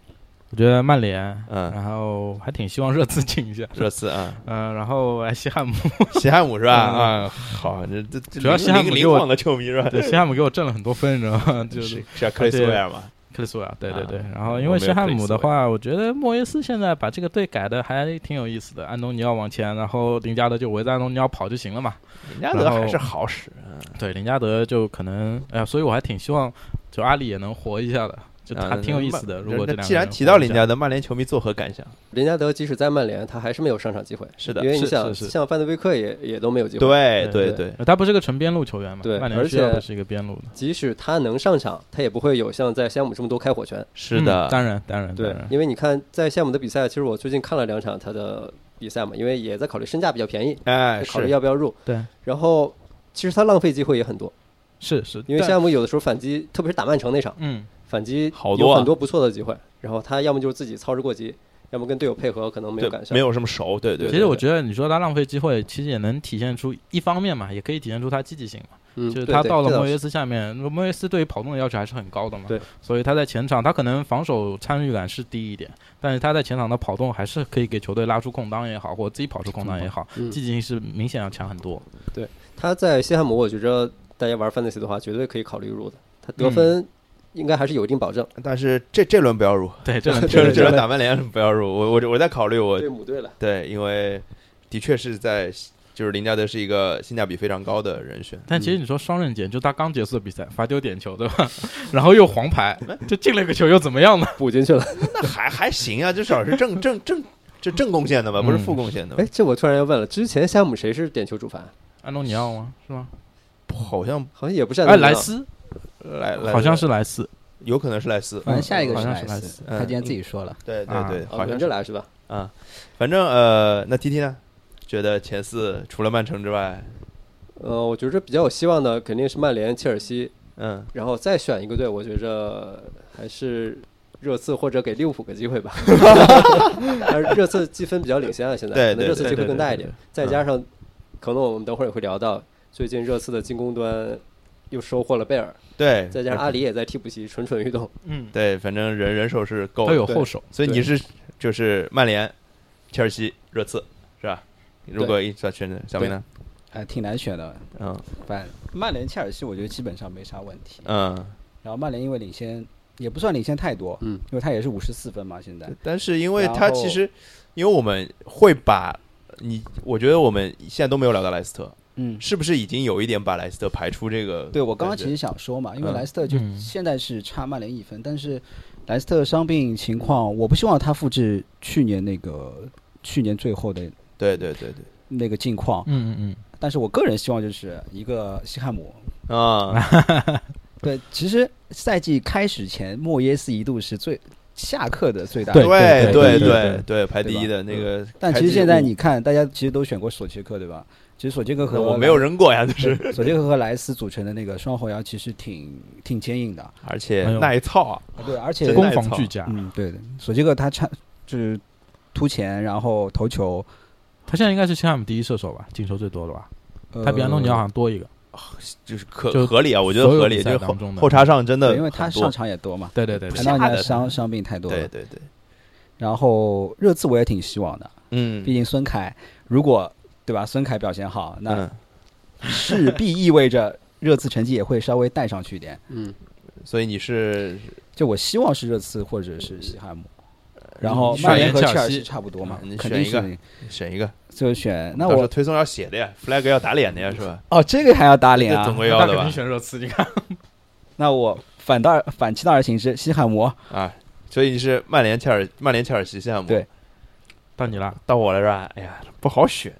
我觉得曼联，嗯然后还挺希望热刺进一下，热刺啊，嗯、然后哎西汉姆，西汉姆是吧？嗯啊，好，这这这主要西汉姆灵灵给我灵晃的球迷是吧？ <laughs> 对，西汉姆给我挣了很多分，你知道吗？就是是 <laughs> 是啊克里斯对维尔嘛？克里斯维尔，对对啊对。然后我因没有为西汉克里姆斯的维话，我觉得莫耶斯现在把这个队改的还挺有意思的，安东尼奥往前，然后林加德就围着安东尼奥跑就行了嘛。林加德然后还是好使，嗯对，林加德就可能，哎、呀，所以我还挺希望就阿里也能活一下的，就啊他挺有意思的。那如果那这两个既然人提活到一林下加德，曼联球迷作何感想？林加德即使在曼联，他还是没有上场机会，是的因为你是想，是是像范德威克也也都没有机会，对对对对对，呃他不是个纯边路球员嘛？对曼联而需要且的是一个边路的。即使他能上场，他也不会有像在西汉姆这么多开火权。是嗯的，当然，当然，当对然，。因为你看在西汉姆的比赛，其实我最近看了两场他的比赛嘛，因为也在考虑身价比较便宜，哎，考虑是要不要入。对，然后其实他浪费机会也很多，是是，因为但西汉姆有的时候反击，特别是打曼城那场，嗯，反击好多有啊很多不错的机会，然后他要么就是自己操之过急，要么跟队友配合可能没有对赶，上。没有这么熟，对对其对。实我觉得你说他浪费机会，其实也能体现出一方面嘛，也可以体现出他积极性嘛。嗯，就是对他对到了这倒莫是耶斯下面，莫耶斯对于跑动的要求还是很高的嘛。对，所以他在前场，他可能防守参与感是低一点，但是他在前场的跑动还是可以给球队拉出空当也好，或者自己跑出空当也好，嗯积极性是明显要强很多。他在西汉姆，我觉着大家玩 fantasy 的话，绝对可以考虑入的。他嗯得分应该还是有一定保证。但是这这轮不要入，对，这能这轮这对轮打曼联不要入，我我我在考虑我对母队了，对，因为的确是在就是林加德是一个性价比非常高的人选。但其实你说双刃剑，就他刚结束的比赛罚丢点球，对吧？ <laughs> 然后又黄牌，就进了一个球又怎么样呢？ <laughs> 补进去了。那还还行啊，至少是正正正这正贡献的吧，嗯不是负贡献的吧 <laughs> 哎，。这我突然要问了，之前夏姆谁是点球主罚？安东尼奥吗？是吗？好像好像也不是哎，安东尼奥啊莱斯，莱莱好像是莱斯。有可能是莱斯，反正下一个嗯好是像莱是莱斯斯，他今天自己说了。对对啊对，啊，好像伦是着来是吧？啊，反正呃，那 T T 呢？觉得前四除了曼城之外，呃，我觉着比较有希望的肯定是曼联、切尔西，嗯，然后再选一个队，我觉着还是热刺或者给利物浦个机会 <laughs> 吧。但是热刺积分比较领先啊，现在对可能热刺对机会对更大一对点对。嗯再加上，可能我们等会儿也会聊到，最近热刺的进攻端又收获了贝尔，对，再加上阿里也在替补席蠢蠢欲动。嗯，对，反正人人手是够都的，有对后手。所以对你是就是曼联、切尔西、热刺是吧？如果一在选择小明呢？哎，挺难选的。嗯反曼联、切尔西，我觉得基本上没啥问题。嗯，然后曼联因为领先，也不算领先太多，嗯，因为他也是五十四分嘛，现在。但是因为然他后其实，因为我们会把你，我觉得我们现在都没有聊到莱斯特，嗯，是不是已经有一点把莱斯特排除这个？对我刚感刚觉其实想说嘛，因为嗯莱斯特就嗯现在是差曼联一分，但是莱斯特伤病情况，我不希望他复制去年那个去年最后的对对对对 <laughs> 那个境况，嗯嗯但是我个人希望就是一个西汉姆。啊，对，其实赛季开始前，莫耶斯一度是最下课的最大对 <laughs> 对对对对对对，排对第一吧嗯的那个开季五，但其实现在你看，大家其实都选过索切克，对吧？其实索切克和我没有扔过 <laughs> 呀，就是，对索切克和莱斯组成的那个双后腰，其实挺挺坚硬的。啊而且哎呦耐操啊，对，而且对嗯，真攻耐防操俱佳。嗯，对的，索切克他差就是突前，然后头球，他现在应该是西汉姆第一射手吧，进球最多的吧？呃、他比安东尼奥好像多一个。就是可就合理啊，我觉得所有合理，比赛就是当后中的后插上真的对，因为他很多上场也多嘛，对对对对安，东尼吓奥得伤伤病太多对了。对对，然后热刺我也挺希望的，嗯毕竟孙凯如果对吧，孙凯表现好，那嗯，势必意味着热刺成绩也会稍微带上去一点。嗯，所以你是就我希望是热刺或者是西汉姆，然嗯后你选曼联和切尔切尔西西差不多嘛嗯你，肯选定一个是选一个，就选那到时候我推送要写的呀，flag 要打脸的呀，是吧？哦，这个还要打脸这总啊，归要的肯吧定？选热刺，你看。那我反倒反其道而行之，西汉姆。啊，所以你是曼联、切尔曼联、切尔西项目，对，到你 <laughs> 了，到我了是吧？哎呀，不好选，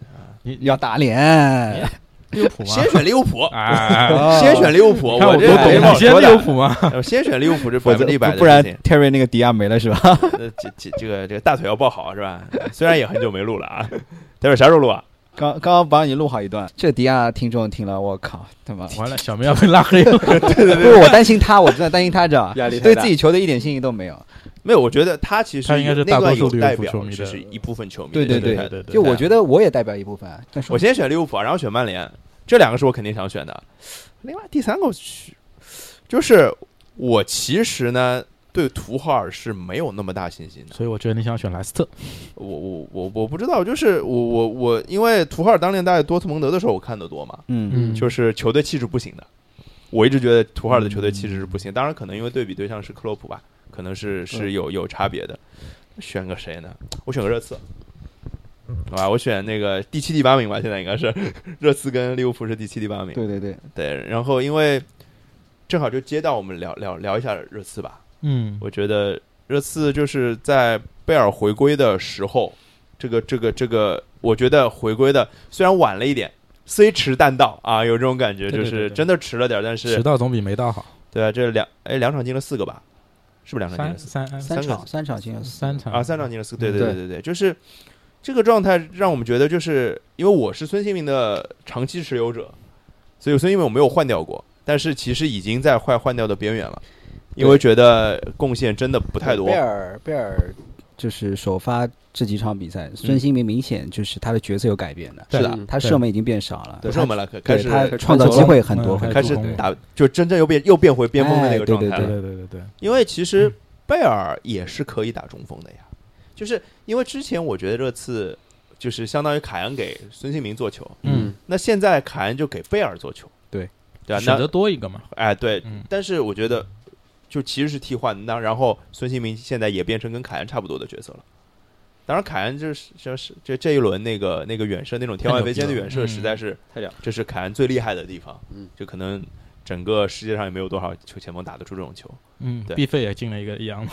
你要打脸，利物浦吗？先选利物浦， <laughs> 哎，哦先选利物浦，你看我这多没懂，好你先说利物的，<laughs> 浦吗？呃先选利物浦这否百则分之一百的不然事情 Terry 那个迪亚没了是吧？ <laughs> 呃这这这个这个大腿要抱好是吧？ <laughs> 虽然也很久没录了啊，待会儿啥时候录啊？刚刚刚帮你录好一段，这迪亚听众听了，我靠，<laughs> 他妈！完了，小明要被拉黑了。 <laughs> 不是我担心他，我真的担心他，<laughs> 知道吧？压力太对大自己球队一点信心都没有。没有，我觉得他其实他应该是那大多段数有利物浦代表球迷的就是一部分球迷的对心态，对对对就我得。觉得我也代表一部分，啊但 <laughs> 是我先选利物浦，然后选曼联，这两个是我肯定想选的。另外第三个我去，就是我其实呢对图赫尔是没有那么大信心的。所以我觉得你想选莱斯特，我我我我不知道，就是我我我，因为图赫尔当年在多特蒙德的时候我看得多嘛，嗯嗯就是球队气质不行的。我一直觉得图赫尔的球队气质是不行，当然可能因为对比对象是克洛普吧，可能是是有有差别的。选个谁呢？我选个热刺，好吧，我选那个第七、第八名吧，现在应该是热刺跟利物浦是第七、第八名。对对对，对，然后因为正好就接到我们聊聊聊一下热刺吧。嗯，我觉得热刺就是在贝尔回归的时候，这个这个这个，我觉得回归的虽然晚了一点，虽迟但到啊，有这种感觉，就对对对是对真的迟了点儿，但迟是到总比没到好。对啊，这两哎两场进了四个吧，是不是两场进三了四三三三个场三场进了四三嗯场啊？三场进了四，对对对对对对，就是。这个状态让我们觉得，就是因为我是孙兴民的长期持有者，所以孙兴民我没有换掉过，但是其实已经在快换掉的边缘了，因为对觉得贡献真的不太多贝。尔贝尔就是首发这几场比赛，嗯孙兴民明显就是他的角色有改变的，对是的嗯他射门已经变少了，不是我们了，可开对始他创造机会很多嗯很开多。始助攻打，就真正又变又变回边锋的那个状态了。哎对对对对对，因为其实贝尔也是可以打中锋的呀，就是因为之前我觉得热刺就是相当于凯恩给孙兴民做球，嗯，那现在凯恩就给贝尔做球，对对啊，选择那多一个嘛。哎对，嗯但是我觉得就其实是替换，那然后孙兴民现在也变成跟凯恩差不多的角色了。当然，凯恩就是就是这这一轮那个那个远射那种天外飞仙的远射，嗯实在是太屌了，这是凯恩最厉害的地方。嗯，就可能整个世界上也没有多少球前锋打得出这种球。嗯对，毕费也进了一个一样的，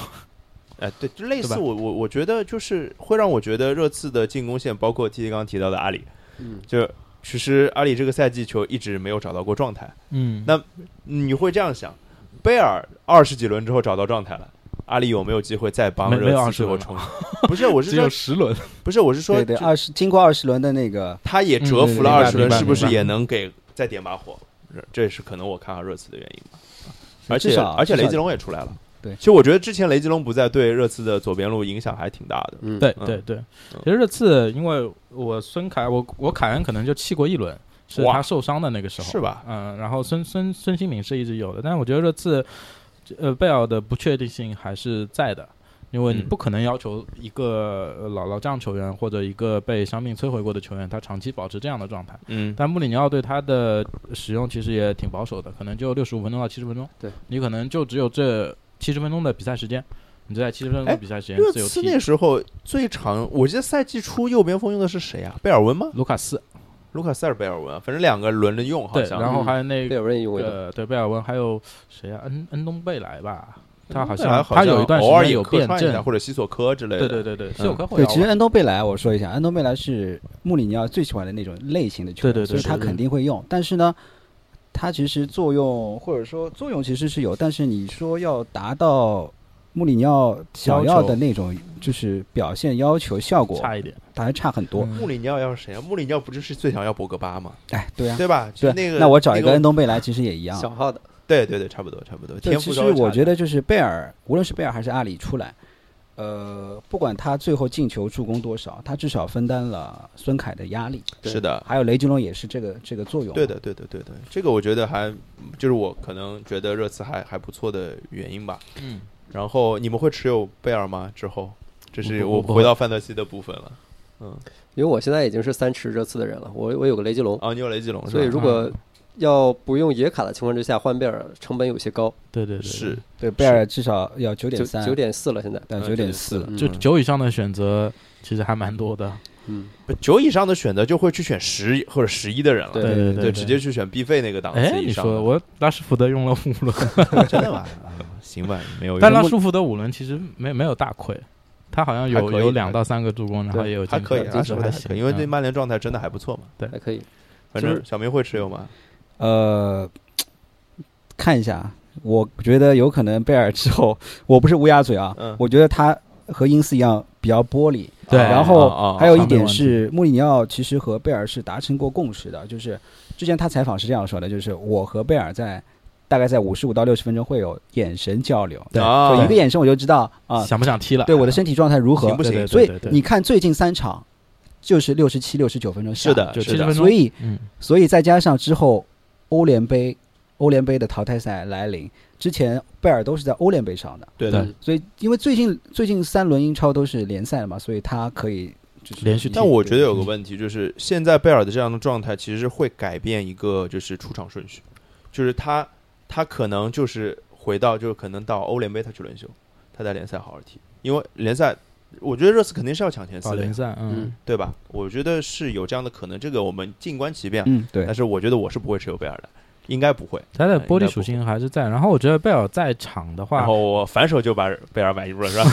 哎，对，就类对似吧我我我觉得就是会让我觉得热刺的进攻线，包括 T T 刚刚提到的阿里，嗯，就其实阿里这个赛季球一直没有找到过状态。嗯，那你会这样想，贝尔二十几轮之后找到状态了，阿里有没有机会再帮没没有热刺20最后轮了冲击？不是，我是 <laughs> 只有说，十轮，不是，我是说，对对，就二十经过二十轮的那个，他也折服了嗯明二白十轮，明白是不是明白也能给再点把火？这这也是可能我看好热刺的原因吧。而且至少而且雷至少吉隆也出来了。对其实我觉得之前雷吉隆不在，对热刺的左边路影响还挺大的。嗯，对嗯对对，其实这次因为我孙凯，我我凯恩可能就弃过一轮，是哇他受伤的那个时候，是吧嗯，然后孙孙孙兴敏是一直有的，但是我觉得这次，呃，贝尔的不确定性还是在的。因为你嗯不可能要求一个呃老老将球员或者一个被伤病摧毁过的球员，他长期保持这样的状态。嗯，但穆里尼奥对他的使用其实也挺保守的，可能就六十五分钟到七十分钟。对，你可能就只有这七十分钟的比赛时间，你就在七十分钟哎的比赛时间热自由刺踢那时候最长，我记得赛季初右边锋用的是谁啊？贝尔温吗？卢卡斯。卢卡塞尔贝尔温啊，反正两个轮着用，好对，像。嗯然后还有那贝尔任用过一个，个呃对贝尔温，还有谁啊？恩恩东贝莱吧，他好贝尔像好他有一段时偶尔间也有客变串一下阵，或者西索科之类的。对对对对，是嗯有科会对，摇其实啊。恩东贝莱，我说一下，恩东贝莱是穆里尼奥最喜欢的那种类型的球员，对对所对以他是的肯定会用。但是呢，他其实作用或者说作用其实是有，但是你说要达到穆里尼奥想要的那种就是表现要求效果，差一点，他还差很多。穆里尼奥要是谁啊？穆里尼奥不就是最想要博格巴吗？嗯哎，对啊，对吧？就对，那个，我找一那个恩东贝莱其实也一样。小号的，对对对，差不多差不多。对，天其赋实稍微差我点觉得就是贝尔，无论是贝尔还是阿里出来，呃，不管他最后进球助攻多少，他至少分担了孙凯的压力。是的，还有雷吉隆也是这个这个作用。对的，对的，对的，这个我觉得还就是我可能觉得热刺还还不错的原因吧。嗯，然后你们会持有贝尔吗？之后，这是我我我不回会到范德西的部分了。嗯，因为我现在已经是三持热刺的人了，我我有个雷吉隆，哦，你有雷吉隆是所以吧？如果要不用野卡的情况之下换贝尔，成本有些高，对对对，是对，贝尔至少要九九点三，九点四了现在，对嗯九点9.4四。对就嗯九以上的选择其实还蛮多的，嗯，不九以上的选择就会去选十或者十一的人了。对对对对，直接。去选 B 费那个档哎，次你以上说的。我拉什福德用了五轮，真 <laughs> 的吗？啊行吧，没 <laughs> 有用。但拉什福德五轮其实没没有大亏，他好像还有可以有两到三个助攻，然后对也有还进可以，球拉什福这德个还还可行以，因为对嗯曼联状态真的还不错嘛。还可以。反就正小明会持有吗？呃，看一下，我觉得有可能贝尔之后，我不是乌鸦嘴啊，嗯我觉得他和因斯一样比较玻璃。对然啊啊后啊还有一场面点哦问是，穆里尼奥其实和贝尔是达成过共识的，就是之前他采访是这样说的，就是我和贝尔在。大概在五十五到六十分钟会有眼神交流，对哦啊就一个眼神我就知道啊，想不想踢了？对我的身体状态如何行不行对对对所以对对你看最近三场就是六十七、六十九分钟下是的，就是70的分，所以嗯，所以再加上之后欧联杯欧联杯的淘汰赛来临，之前贝尔都是在欧联杯上的，对的对。所以因为最近最近三轮英超都是联赛了嘛，所以他可以就是连续踢但我觉得有个问题，就是现在贝尔的这样的状态，其实会改变一个就是出场顺序，就是他他可能就是回到就是可能到欧联杯他去轮休，他在联赛好好踢，因为联赛我觉得热刺肯定是要抢前四保的联呀，赛，嗯，对吧？我觉得是有这样的可能，这个我们静观其变。嗯对但是我觉得我是不会持有贝尔的，应该不会。他的嗯玻应该璃不属会性还是在。然后我觉得贝尔在场的然话，后我反手就把贝尔 <laughs> 买入了，是吧？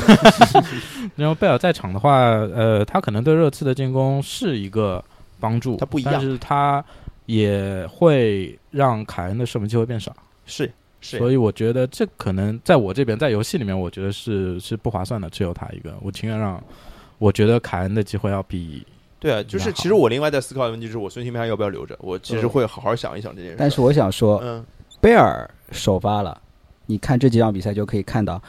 然后贝尔在场的话，呃，他可能对热刺的进攻是一个帮助，他不一样但是他也会让凯恩的射门机会变少。是是，所以我觉得这可能在我这边，在游戏里面，我觉得是是不划算的，只有他一个，我情愿让。我觉得凯恩的机会要比对啊，就是那好其实我另外在思考的问题就是，我孙兴民还要不要留着？我其实会好好想一想这件事。但是，我想说，嗯，贝尔首发了，你看这几场比赛就可以看到。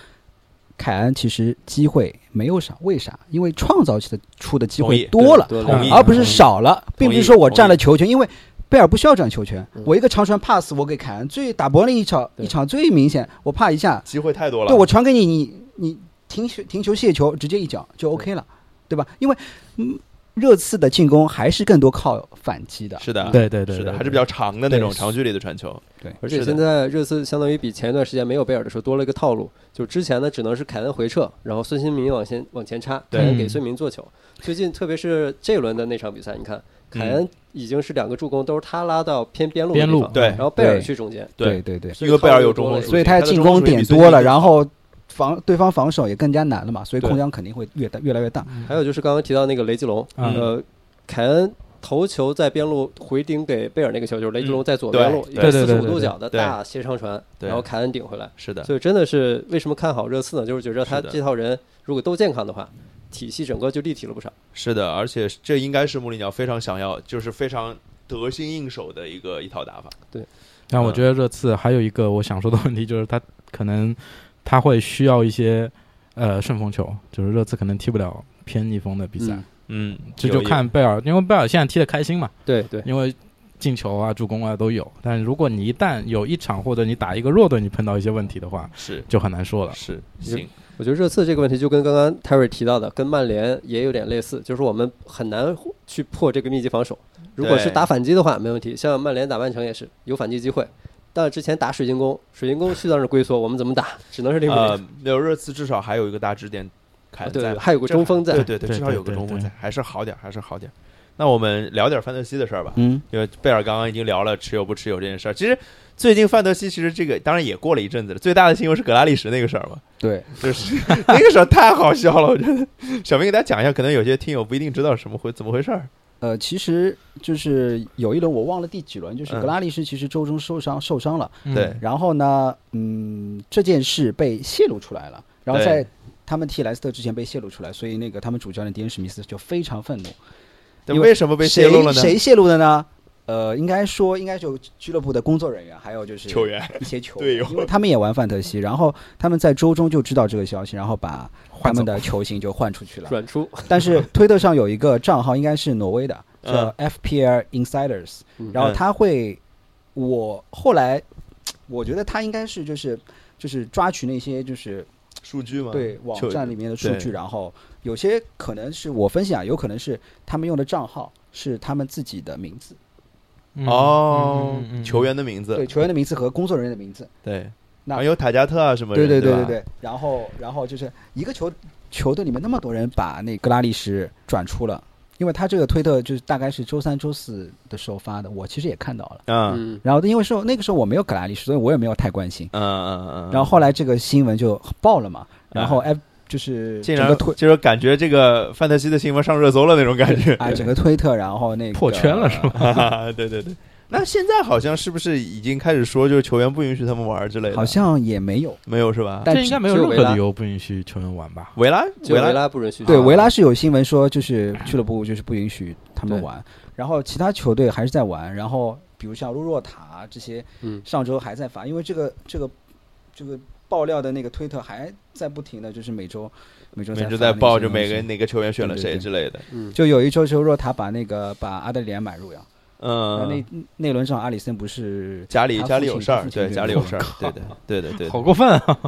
凯恩其实机会没有少，为啥？因为创造出的出的机同会意多了，对同意而不是少了，并不是说我占了球权，因为贝尔不需要占球权嗯，我一个长传 pass 我给凯恩，最打柏林一场对一场最明显，我怕一下，机会太多了。对我传给你，你你停球停球卸球，直接一脚就 OK 了，对吧？因为嗯，热刺的进攻还是更多靠反击的，是的，对对对，啊是的，对还是比较长的那种对长距离的传球。而且是的现在热刺相当于比前一段时间没有贝尔的时候多了一个套路，就之前呢只能是凯恩回撤，然后孙兴民往前往前插，对凯恩给孙民做球。最近特别是这轮的那场比赛，你看凯恩已经是两个助攻都是他拉到偏边路的边地路方对然后贝尔对去中间，对对对，因为贝尔有中锋属性，所以他他的进攻点多了，然后防对方防守也更加难了嘛，所以对空间肯定会越大越来越大。嗯还有就是刚刚提到那个雷吉隆，嗯呃，凯恩头球在边路回顶给贝尔那个球，就是雷吉隆在左嗯对边路一个对对四十对五对度对角的对大斜长传，对然后凯恩顶回来。是的，所以真的是为什么看好热刺呢？就是觉得他是的这套人如果都健康的话，体系整个就立体了不少。是的，而且这应该是穆里尼奥非常想要，就是非常得心应手的一个一套打法。但嗯我觉得热刺还有一个我想说的问题，就是他可能他会需要一些呃顺风球，就是热刺可能踢不了偏逆风的比赛，嗯嗯，这就看贝尔，因为贝尔现在踢得开心嘛，对对，因为进球啊、助攻啊都有。但如果你一旦有一场或者你打一个弱队，你碰到一些问题的话，是就很难说了。是行，我觉得热刺这个问题就跟刚刚 Terry 提到的，跟曼联也有点类似，就是我们很难去破这个密集防守。如果是对打反击的话，没问题，像曼联打曼城也是有反击机会，但是之前打水晶宫，水晶宫去到那儿龟缩，我们怎么打？只能是零比呃零。，没有热刺至少还有一个大支点凯恩啊对在对，嘛，还有个中锋在对，对对，对至少有个对对中锋对在，还是好点儿，还是好点儿。那我们聊点范德西的事儿吧，嗯，因为贝尔刚刚已经聊了持有不持有这件事儿。其实最近范德西其实这个当然也过了一阵子了，最大的新闻是格拉利什那个事儿嘛，对，就是 <laughs> 那个事儿太好笑了，我觉得。小明给大家讲一下，可能有些听友不一定知道什么回怎么回事儿。呃，其实就是有一轮我忘了第几轮，就是嗯格拉利什其实周中受伤受伤了，嗯对然后呢，嗯，这件事被泄露出来了，然后对在他们踢莱斯特之前被泄露出来，所以那个他们主教练迪恩史密斯就非常愤怒。但因为为什么被泄露了呢？谁谁泄露的呢？呃，应该说应该就俱乐部的工作人员，还有就是球员一些球队员友，因为他们也玩范特西，然后他们在周中就知道这个消息，然后把他换们走的球星就换出去了。转出，但是推特上有一个账号，应该是挪威的，叫嗯 FPL Insiders，、嗯然后他会，我后来我觉得他应该是就是就是抓取那些就是 <laughs> 数据吗？对网就站里面的数据，对然后有些可能是我分析啊，有可能是他们用的账号是他们自己的名字，嗯哦嗯嗯嗯，嗯球员的名字对，球员的名字和工作人员的名字，对，那还有塔加特啊什么对人，对对对吧，对，然后然后就是一个球球队里面那么多人把那格拉利什转出了，因为他这个推特就是大概是周三周四的时候发的，我其实也看到了。嗯嗯，然后因为是那个时候我没有格拉利什，所以我也没有太关心。嗯嗯嗯，然后后来这个新闻就爆了嘛，然后啊哎，就是竟整然个 <laughs> 推就是感觉这个范特西的新闻上热搜了那种感觉，啊整个推特，然后那个破圈了是吧？啊， <laughs> 对对对。那现在好像是不是已经开始说，就是球员不允许他们玩儿之类的？啊好像也没有，没有是吧？但嗯这应该没有只任有维何拉理由不允许球员玩吧？维拉，就维维拉，拉不允许。对啊维拉是有新闻说，就是俱乐部就是不允许他们玩，然后其他球队还是在玩，然后比如像洛若塔这些，嗯上周还在发，因为这个这个这个爆料的那个推特还在不停的就是每周每周每周周在报着每个个哪个球员选了对谁对对之类的。嗯，就有一周就若塔把那个把阿德里安买入呀，那嗯那，那轮上阿里森不是家里他父家里有亲事儿他，父亲对，这家个里有事儿，对我的，对的，对的好过分啊！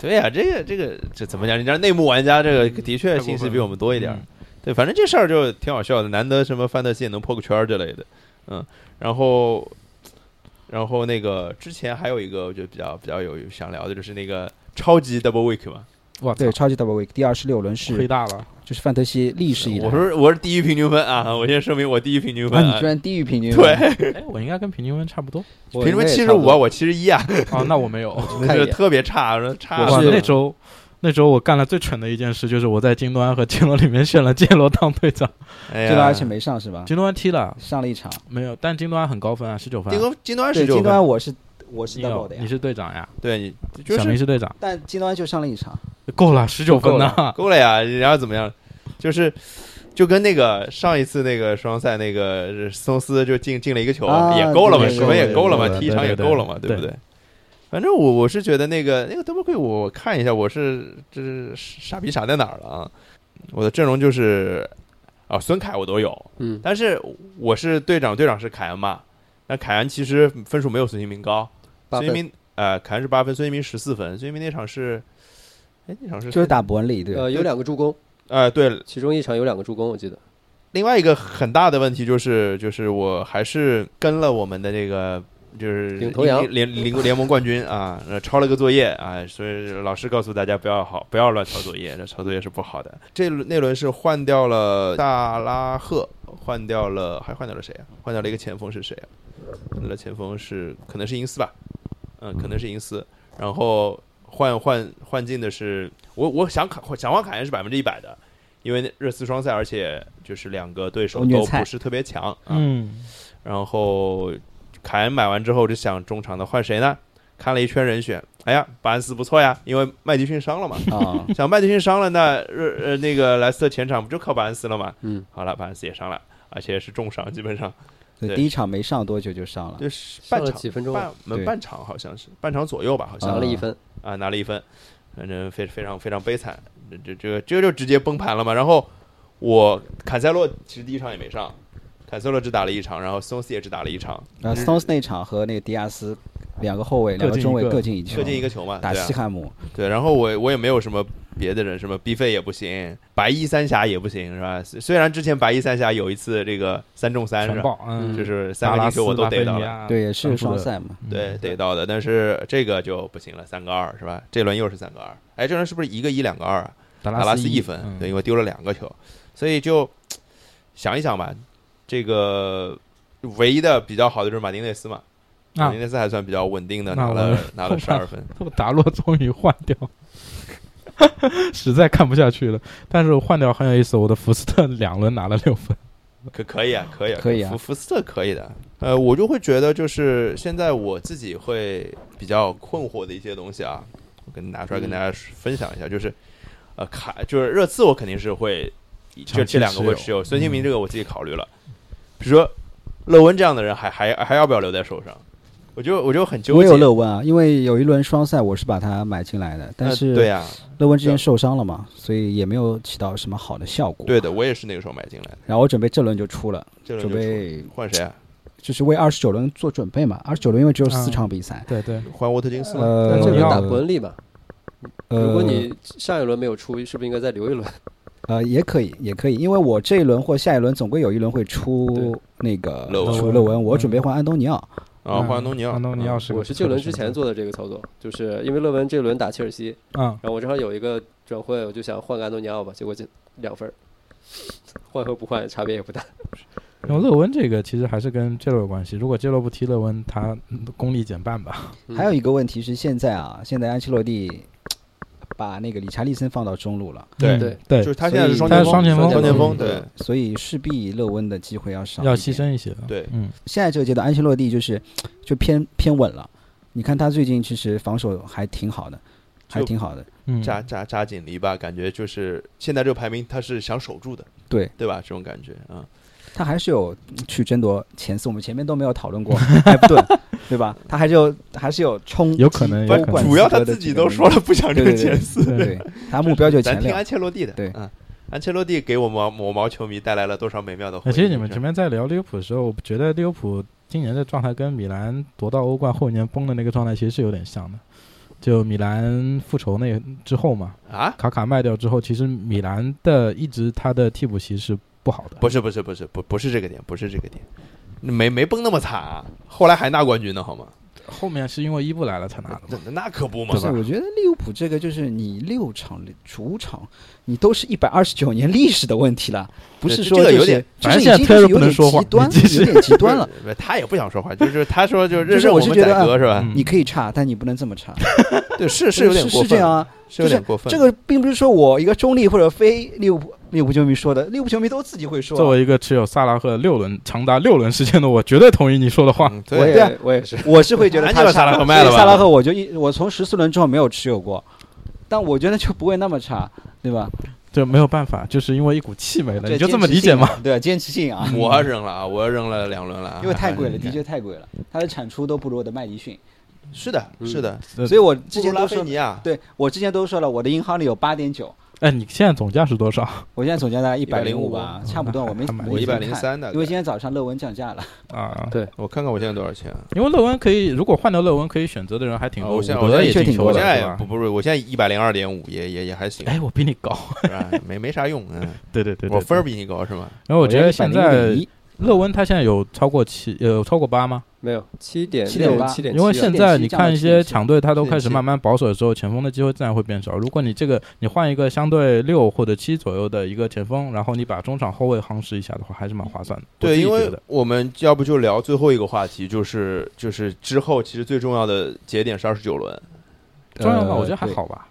对呀，这个这个这怎么讲？人家内幕玩家这个的确信息比我们多一点儿嗯。对，反正这事儿就挺好笑的，难得什么范特西也能破个圈儿之类的，嗯，然后，然后那个之前还有一个我觉得比较比较有想聊的就是那个超级 double week 嘛，哇，对超级 double week 第二十六轮亏是大了，就是范特西历史以来，我说我是第一平均分啊，我先声明我第一平均分啊你啊居，然低于平均分，对，哎，我应该跟平均分 <laughs> 差不多我平均分应该七十也差不五啊，多，我七十一啊，啊，那我没有。看那一个眼特别差，说差哇，了那周那周我干了最蠢的一件事，就是我在京端和杰罗里面选了杰罗当队长。哎这个呀而且，没上是吧？京端踢了上了一场，没有？但京端很高分啊，十九分金啊。端金端对，十九金端分，我是我是你有 double 的你呀，是队长呀，对，你就小明是是队长，但金端就上了一场，够了，十九分呢、够了呀，然后怎么样？就是就跟那个上一次那个双赛那个松斯就进进了一个球，啊也够了嘛，对什么也够了嘛，对踢一场也够了嘛，对对对不对对？反正我我是觉得那个那个德布奎，我看一下，我是这是傻逼傻在哪儿了啊？我的阵容就是啊，孙凯我都有，嗯，但是我是队长，队长是凯恩嘛。那凯恩其实分数没有孙兴民高，八孙兴分，民呃，凯恩是八分，孙兴民十四分，孙兴民那场是，哎，那场是就是打伯恩利对吧？呃，有两个助攻，呃，对，其中一场有两个助攻，我记得。另外一个很大的问题就是，就是我还是跟了我们的这个。就是领头羊联联联盟冠军啊，呃抄了个作业啊，所以老师告诉大家不要好，不要乱抄作业，这抄作业是不好的。这轮那轮是换掉了萨拉赫，换掉了还换掉了谁啊？换掉了一个前锋是谁啊？换掉了前锋是可能是因斯吧，嗯，可能是因斯。然后换换换进的是我我想卡想换卡宴是百分之一百的，因为热刺双赛，而且就是两个对手都虐都菜不是特别强啊。嗯，然后凯恩买完之后就想中场的换谁呢？看了一圈人选，哎呀，巴恩斯不错呀，因为麦迪逊伤了嘛。啊，想麦迪逊伤了，那呃呃那个莱斯特前场不就靠巴恩斯了吗？嗯，好了，巴恩斯也伤了，而且是重伤，基本上对对第一场没上多久就上了，就是上半了场几分钟啊，半门对半场好像是半场左右吧，好像拿了一分，啊，拿了一分，反正非非常非常悲惨，这这这个这个就直接崩盘了嘛。然后我坎塞洛其实第一场也没上，坎塞洛只打了一场，然后松斯也只打了一场，然后 Stones 那场和那个迪亚斯两个后卫、两个中卫各各进一球，射进一个球嘛，哦打对啊西汉姆，对，然后我我也没有什么别的人，什么 B 费也不行，白衣三峡也不行，是吧？虽虽然之前白衣三峡有一次这个三中三，是吧？全爆，嗯，就是三达个拉进斯球我都逮到了，了对，也是双，赛嘛，嗯对，逮到的。但是这个就不行了，三个二是吧？这轮又是三个二，哎，这轮是不是一个一两个二啊？达达拉斯一嗯一分，对，，因为丢了两个球，所以就想一想吧，这个唯一的比较好的就是马丁内斯嘛，啊马丁内斯还算比较稳定的那拿我了拿了后十怕二分，达洛 <laughs> 终于换掉，实在看不下去了。但是换掉很有意思，我的福斯特两轮拿了六分，可可以啊，可以啊，可以啊福福斯特可以的。呃，我就会觉得，就是现在我自己会比较困惑的一些东西啊，我跟拿出来跟大家嗯分享一下，就是呃，卡就是热刺，我肯定是会长这期这两个持会有持有，孙兴民嗯这个我自己考虑了，比如说勒温这样的人还还还要不要留在手上？我就我就很纠我结。呃有乐温啊，因为有一轮双赛我是把他买进来的，但呃是对呀、乐温之前受伤了嘛，所以也没有起到什么好的效果。对的，我也是那个时候买进来的，然后我准备这轮就出了，这轮准就出备换谁啊？就是为二十九轮做准备嘛。二十九轮因为只有四嗯场比赛，对对，换沃特金斯吗？呃，那那这就轮要打伯恩利吧。呃，如果你上一轮没有出，是不是应该再留一轮？呃也可以，也可以，因为我这一轮或下一轮总归有一轮会出那个勒温出勒温，我嗯准备换安东尼奥。啊，嗯换安东尼奥，安东尼奥是个我是这轮之前做的这个操作，就是因为勒文这轮打切尔西，啊，然后我正好有一个转会，我就想换个安东尼奥吧，结果这两分儿，换和不换差别也不大。因为勒温这个其实还是跟杰洛有关系。如果杰洛不踢勒温，他嗯功力减半吧。还有一一个问题是现在啊，现在安切洛蒂把那个理查利森放到中路了，对对就嗯对，是他现在是嗯所双前以他锋，是双前锋，双前锋嗯对所以势必勒温的机会要少，要牺。牲一些的。对，嗯，现在这个阶段，安切洛蒂就是就偏偏稳了。你看他最近其实防守还挺好的，还就挺好的。嗯，扎扎扎紧篱吧，感觉就是现在这个排名他是想守住的，对对吧？这种感觉啊，他还是有去争夺前四，我们前面都没有讨 <laughs> 论过埃弗顿，对吧？他还是有还是有冲有可能击欧有可冠能主要他资格的自己都这个能力说，了不想争对对对前四，对，他目标就是咱前听两安。切洛蒂的，对啊，安切洛蒂给我毛我毛球迷带来了多少美妙的回哎忆？其实你们是前吧面在聊利物浦的时候，我觉得利物浦今年的状态跟米兰夺到欧冠后一年崩的那个状态其实是有点像的。就米兰复仇那之后嘛，啊，卡卡卖掉之后，其实米兰的一直他的替补席是不好的。不是不是不是不不是这个点，不是这个点，没没崩那么惨啊，后来还拿冠军呢，好吗？后面是因为伊布来了才拿的那嘛。那可不嘛不，是，我觉得利物浦这个就是你六场主场，你都是一百二十九年历史的问题了，不对是这说这个就有是点就反是正已现在经推就是了有不能点说极话端，你继有点极端了。不是他也不想说话，就是他说就就是认识我我是们觉宰得啊格是吧？嗯你可以差，但你不能这么差，对， <laughs> 是是有点过是这分嗯样了，啊。是有就点过分这了。个并不是说我一个中立或者非利物浦利物浦球迷说的，利物浦球迷都自己会说啊。作为一个持有萨拉赫六轮长达六轮时间的我，绝对同意你说的话。嗯我对，对啊也我也是，我是会觉得安他吉差拉萨拉赫卖了吧萨拉赫我就一我从十四轮之后没有持有过，但我觉得就不会那么差，对吧？这没有办法，就是因为一股气没了，你就这么坚持性理解啊吗？？对啊，坚持性 <laughs> 啊，我扔了啊，我扔了两轮了啊，因为太贵了，还的确太贵了，它的产出都不如我的麦迪逊， <laughs> 是的，嗯是的，呃所以我之不如前拉都菲说，尼啊，对我之前都说了，我的银行里有八点九，哎，你现在总价是多少我现在总价大概一百零105吧，差不多，我没还蛮我没一怎百么零看，三的，因为今天早上乐文降价了，啊？对我看看我现在多少钱啊？因为勒温可以，如果换掉勒温，可以选择的人还挺啊多。我现在伍我现德在也确进挺球我多现了，在对也吧不不是，我现在一百零二点五，也也也还行，哎，我比你高。是吧？没没啥 <laughs> 用，嗯，对对对，对我分儿。比你高是吗？然后我觉得现在101.1勒温他现在有超过七，呃有超过八吗？没有七点7.8七点七，因为现在你看一些强队，他都是开始慢慢保守的时候，前锋的机会自然会变少。如果你这个你换一个相对六或者七左右的一个前锋，然后你把中场后卫夯实一下的话，还是蛮划算的。我对，自己因觉为得我们要不就聊最后一个话题，就是就是之后其实最重要的节点是二十九轮，重要吗？呃我觉得还对好吧。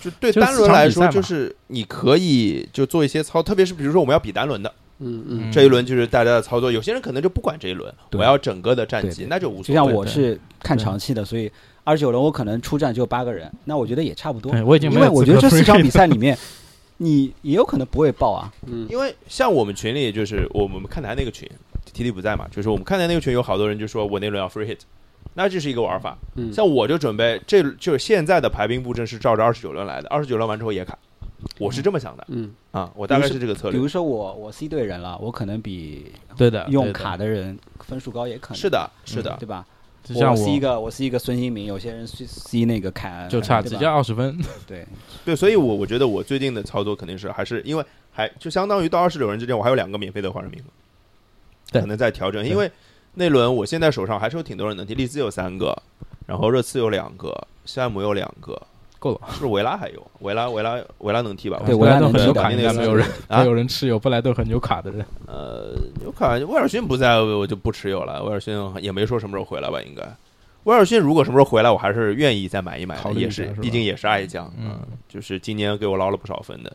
就对就单四轮场来比说，赛就嘛是你可以就做一些操，特别是比如说我们要比单轮的嗯嗯，这一轮，就是大家的操作，有些人可能就不管这一轮，对我要整个的战对绩对，那就无就所像谓。我是看长期的，所以二十九轮我可能出战只有八个人，那我觉得也差不多。对我已经因没为有我资觉得格这四 free 场 hit 比赛里面， <laughs> 你也有可能不会爆啊。嗯因为像我们群里，就是我们看台那个群，T T 不在嘛，就是我们看台那个群有好多人就说我那轮要 free hit，那这是一个玩法。嗯像我就准备这就是现在的排兵布阵是照着二十九轮来的，二十九轮完之后也卡，我是这么想的嗯啊，我大概是这个策比略。如说我我 C 队人了，我可能比呃对的，用对的卡的人分数高，也可能嗯是的，是的，对吧？就像我 C 一我个我 C 一个孙兴民，有些人 C C 那个凯恩，就差对只吧加二十分，对，对，所以我我觉得我最近的操作肯定是还是因为还就相当于到二十六人之间，我还有两个免费的换人名额，对可能在调整，对因为那轮我现在手上还是有挺多人能踢，利兹有三个，然后热刺有两个，夏姆有两个，够了。是不是维拉还有维拉维拉维拉能踢吧？对布我莱莱顿顿很有很有卡，卡应应该该没没有有人人没有人持有布莱顿很有卡的人。呃，有卡威尔逊不在，我就不持有了。威尔逊也没说什么时候回来吧，应该。威尔逊如果什么时候回来，我还是愿意再买一买考的，虑一也下是是，吧毕竟也是爱将，嗯，就是今年给我捞了不少分的。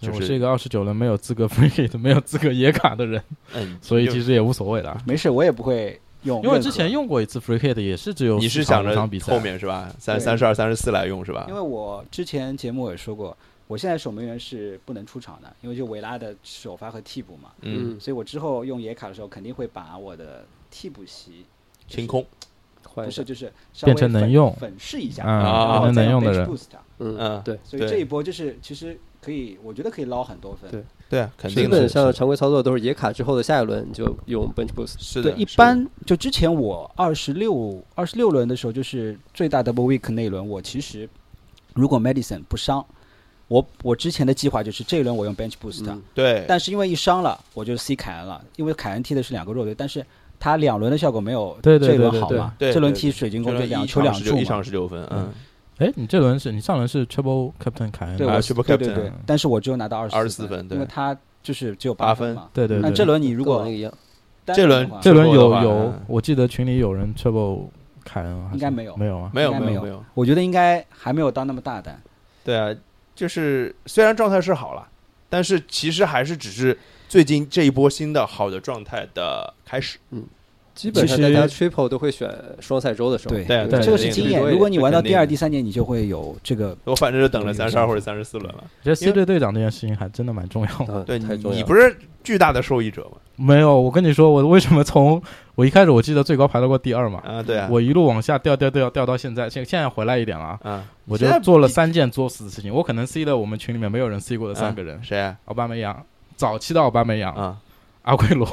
就我是是一个二十九轮没有资格 free hit、没有资格野卡的人，嗯，所以就其实也无所谓了。没事，我也不会用任何。因为之前用过一次 free hit，也是只有你是四场想着五场比赛后，面是吧？三对三十二、三十四来用是吧因？为我之前节目也说过，我现在守门员是不能出场的，因为就维拉的首发和替补嘛，嗯，嗯，所以我之后用野卡的时候肯定会把我的替补席就是清空，换一不下是，就是稍微变成能用粉粉饰一下，嗯然后变再成能用的人 bench boost 它嗯嗯对，所以对这一波就是其实可以，我觉得可以捞很多分。对对啊，肯基定本的，上常规操作都是野卡之后的下一轮你就用 bench boost，是对的，，一是的般就之前我二十六二十六轮的时候，就是最大 double week 那一轮，我其实如果 medicine 不伤，我我之前的计划就是这一轮我用 bench boost，、啊嗯对，但是因为一伤了，我就 C 凯恩了，因为凯恩踢的是两个弱队，但是他两轮的效果没有对对这一轮对好对嘛，对对这轮对踢水晶宫就这两一球场两十助六，嘛一场十六分，嗯，哎，你这轮是你上轮是 triple captain 凯恩对，吧，啊我，Triple 对对 Captain 对，但是我只有拿到二24分对因为他就是只有八分分嘛。对对那对，这轮你如跟我果那个一样，单这轮的话这轮之后有的话有嗯，我记得群里有人 triple 凯恩还是，应该没有没有啊，没有应该没没有有没有，我觉得应该还没有到那么大胆。对啊，就是虽然状态是好了，但是其实还是只是最近这一波新的好的状态的开始。基本上其大实家 triple 都会选双赛周的时候，对对啊对啊这个肯是定经的验。对如果你玩到第二、肯第定三年，你就会有这个。我反正就等了三十二或者三十四轮了。我觉得因 C 为队队长这件事情还真的蛮重要的。嗯对你太重要了，你不是巨大的受益者吗？没有，我跟你说，我为什么从我一开始我记得最高排到过第二嘛，啊，对啊，我一路往下掉掉掉掉到现在，现现在回来一点了啊，啊，我就现在做了三件作死的事情，我可能 C 了我们群里面没有人 C 过的三个人：谁啊？奥巴梅扬，早期的奥巴梅扬，啊，阿圭罗。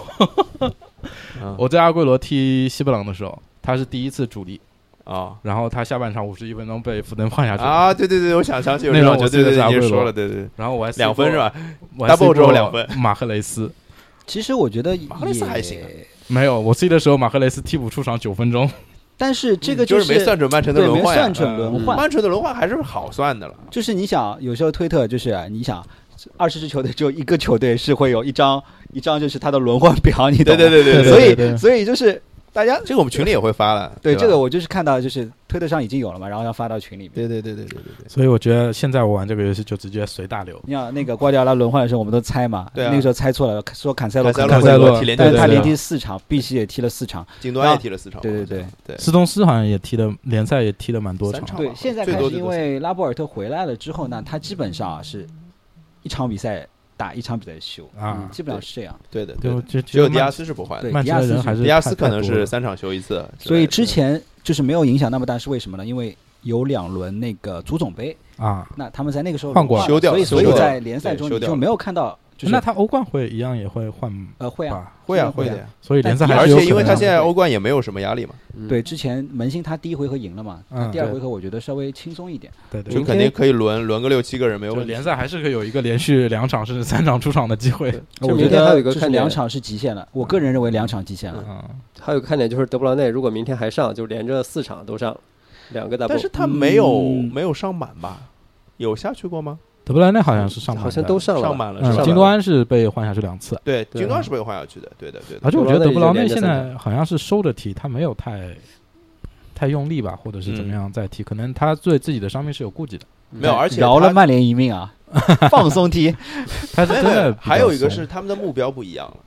啊我在阿圭罗踢西布朗的时候，他是第一次主力，啊然后他下半场五十一分钟被福登换下去，啊！对对对，我想想起有那这轮种，我就对记得对是阿对，圭你罗也说了，对对对，然后我还 C 两分过是？吧？我还 C double 之后过两分马赫雷斯其实我觉得也马克雷斯还行啊没有，我 C 的时候马赫雷斯替补出场九分钟，但是这个嗯就是没算准曼城的对轮没换呀算，准嗯轮换。曼城的轮换还是好算的了。就是你想，有时候推特就是哎你想，二十支球队只有一个球队是会有一张一张就是他的轮换表，你懂对吗？对对对，所所以对对以所以就是大家这个我们群里也会发了。对吧这个，我就是看到就是推特上已经有了嘛，然后要发到群里面。对对对对对对对。 <laughs> 所以我觉得现在我玩这个游戏就直接随大流。你想那个瓜迪奥拉轮换的时候，我们都猜嘛，对啊那个时候猜错了，说坎塞洛，坎塞洛可能会会踢连但队是他对连对踢四场，BC 也踢了四场。顶端也踢了四场吧，对对对对斯通斯好像也踢的联赛也踢了蛮多三场场，对，现在最开多始最因多为拉波尔特回来了之后呢，他基本上啊是一场比赛打一场比赛休啊嗯基本上是这样。对的，对就的，就只有迪迪亚亚斯是不换对的，曼城的人还是迪亚斯可能太多是了三场休一次，所以之前前就是没有影响那么大，是为什么呢？因为有两轮那个足总杯，啊。那他们在那个时候换过轮休掉所以了所以休掉在了联赛对中休你掉就了没有看到，就是那他欧冠会一样也会换吧？呃会啊，会啊现在会会的啊呀，所以联赛但还而是有且可因为能他的现在欧冠也没有什么压力嘛，嗯对，之前门兴他第一回合赢了嘛，他嗯啊第二对回合我觉得稍微轻松一点。对对就肯定可以轮轮个六七个人没有就问题联。赛还是可以有一个连续两场甚至三场出场的机会。我就明觉天还有得一个就是看点两，场是极限了，我个人认为两场极限了。嗯，还有一个看点就是德布劳内如果明天还上，就连着四场都上，两个 double，但是他没有嗯没有上满吧？有下去过吗？德布莱内好像是上好像都是。上了吧，上满了嗯是吧？京多安是被换下去两次，对，对京多安是被换下去的，对的对的而且我觉得德布劳内现德布劳内在好像是收着踢，他没有太太用力吧，或者是怎嗯么样再踢，可能他对自己的伤病是有顾忌的。没有，而且饶他了曼联一命啊， <laughs> 放松踢。他是没有 <laughs> 没真的有比较哎还有一个松是他们的目标不一样了。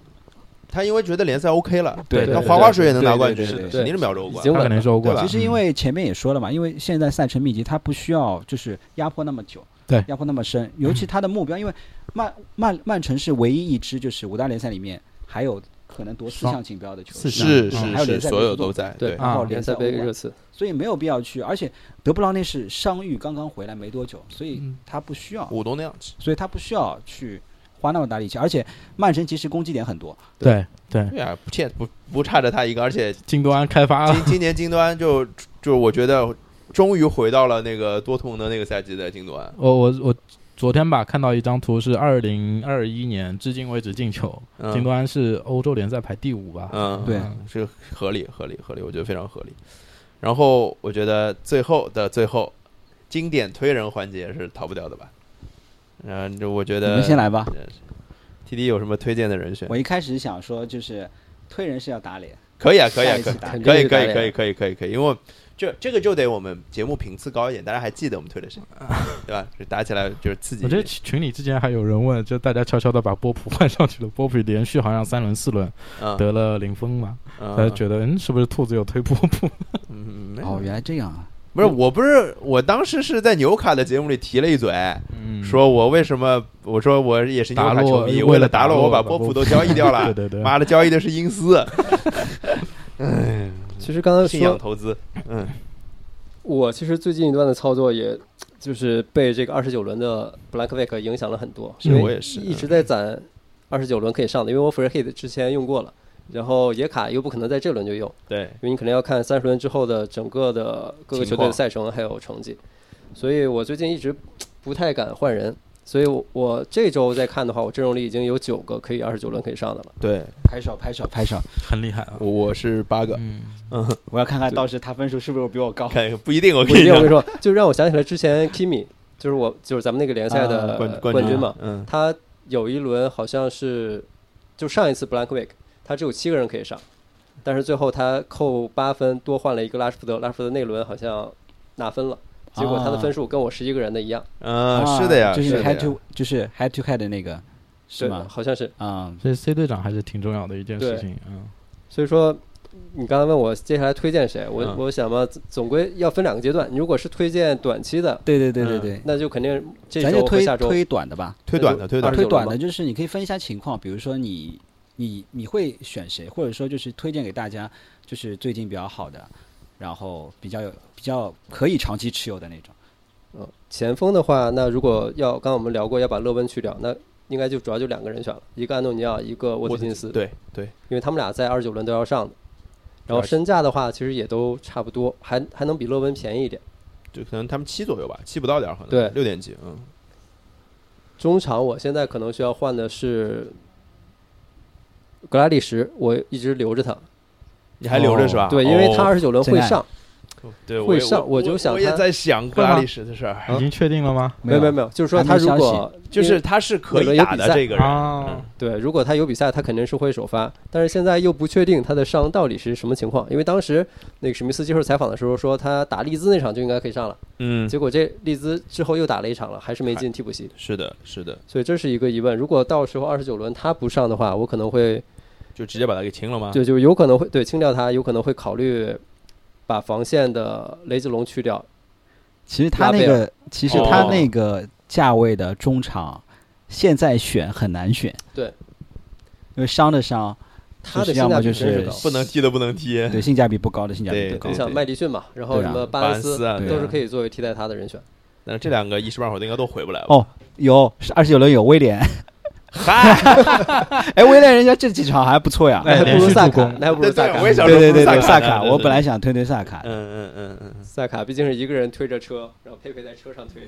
他因为觉得联赛 OK 了，对对他对划划水也能拿对冠军，对对是对的对肯定是秒洲冠已。经他稳可能了是欧冠嗯对吧其实因为前面也说了嘛，因为现在赛程密集，他不需要就是压迫那么久，对压迫那么深。尤其他的目标，因为曼曼曼城是唯一一支就是五大联赛里面还有可能夺四双项锦标的球队，四项是嗯是还有是，联赛所杯有足都总在对对然后啊联联赛赛杯欧冠热刺，所以没有必要去。而且德布劳内是伤愈刚刚回来没多久，所以嗯他不需要，股东那样子。所以他不需要去花那么大力气。而且曼城其实攻击点很多，对对，对啊，不欠不不差着他一个，而且京多安开发了，今今年京端就就我觉得终于回到了那个多特蒙德那个赛季的京端，我我我昨天吧看到一张图是二零二一年至今为止进球，嗯京多安是欧洲联赛排第五吧？嗯，对嗯是合理合理合理，我觉得非常合理。然后我觉得最后的最后，经典推人环节是逃不掉的吧？嗯，这我觉你得们先来吧。 T D 有什么推荐的人选我？一开始想说就是推人是要打脸，可以啊，可以啊下一，可期以打肯定可以是可打以脸可以可以可以可以，因为这这个就得我们节目频次高一点，大家还记得我们推的谁，对吧？就打起来就是刺激我一觉得点。群群里之前还有人问，就大家悄悄的把波普 <laughs> 换上去了，波普连续好像三轮四轮嗯，得了零封嘛，嗯，大家觉得嗯是不是兔子有推波普？嗯，没有哦，原来这样啊。不是，我不是，我当时是在纽卡的节目里提了一嘴， <laughs> 嗯，说我为什么，我说我也是纽卡球迷，打洛为了打为落了我把打洛波普都交易掉了，对对对，妈的，交易的是英斯，哎，其实刚刚信仰说，投资，嗯我其实最近一段的操作也。就是被这个二十九轮的布兰克维克影响了很多，是因为我也是一直在攒二十九轮可以上的，因为我 free hit 之前用过了，然后野卡又不可能在这轮就用，对，因为你可能要看三十轮之后的整个的各情个球队况的赛程还有成绩，所以我最近一直不太敢换人，所以我我这周再看的话，我阵容里已经有九个可以二十九轮可以上的了。对，拍手拍手拍手！很厉害啊。我我是八个，嗯，我要看看到时他分数是不是比我高。看不一定，我我跟你一定我跟讲你，说，就让我想起来之前 Kimi，就是我就是咱们那个联赛啊的冠呃冠军军嘛，，嗯，他有一轮好像是就上一次 Blank Week，他只有七个人可以上，但是最后他扣八分，多换了一个拉什福德，拉什福德那轮好像拿分了，结果他的分数跟我十一个人的一样，嗯，是的呀，啊就是是的 head 呀 to 就是 head to head 的那个，是对吗？好像是。嗯，所以 C 队长还是挺重要的一件事情嗯，所以说，你刚才问我接下来推荐谁，我、嗯我想嘛，总归要分两个阶段。你如果是推荐短期的，对对对对对，那就肯定嗯这咱周就和推下周。推短的吧，推短的推短二的十推九短轮吧的就是你可以分一下情况，比如说你你你会选谁，或者说就是推荐给大家，就是最近比较好的，然后比较有比较可以长期持有的那种。嗯，前锋的话，那如果要刚刚我们聊过要把勒温去掉，那应该就主要就两个人选了，一个安东尼奥，一个沃特金斯，，对对，因为他们俩在二十九轮都要上的。然后身价的话，其实也都差不多，还还能比勒温便宜一点。就可能他们七左右吧，七不到点儿可能，对六点几，嗯，中场我现在可能需要换的是格拉利什，我一直留着他，你还留着是吧？对，因为哦他二十九轮会真爱上，对，我会也上我我就想我也他在想格拉利什的事儿，已经确定了吗？没有没有没有，就是说还没他如消果就是他是可以打的这个人，啊，对，如果他有比赛，他肯定是会首发，但是现在又不确定他的伤到底是什么情况，因为当时那个史密斯接受采访的时候说，他打利兹那场就应该可以上了，嗯，结果这利兹之后又打了一场了，还是没进替补席，是的，是的，所以这是一个疑问。如果到时候二十九轮他不上的话，我可能会就直接把他给清了吗？对，就有可能会对清掉他，有可能会考虑把防线的雷吉隆去掉，其实他拉那贝尔个其实他哦那个价位的中场，现在选很难选。对，因为伤的伤，他的就是性要价么比就真是是高。不能踢的不能踢， <laughs> 对性价比不高的性价比对不高你。想麦迪逊嘛，然后对啊什么巴巴恩恩斯斯啊对都啊是可以作为替代他的人选。但是这两个一时半会儿都应该都回不来吧？哦有二十九轮有 <laughs> 威廉，嗨，哎，威廉人家这几场还不错呀。 <laughs> 那还连不如续萨助卡攻，那还不如对萨对，卡。我也想说对对对对，萨哎萨卡，我本来想推推萨卡嗯，嗯嗯嗯萨卡毕竟是一个人推着车，然后佩佩在车上推。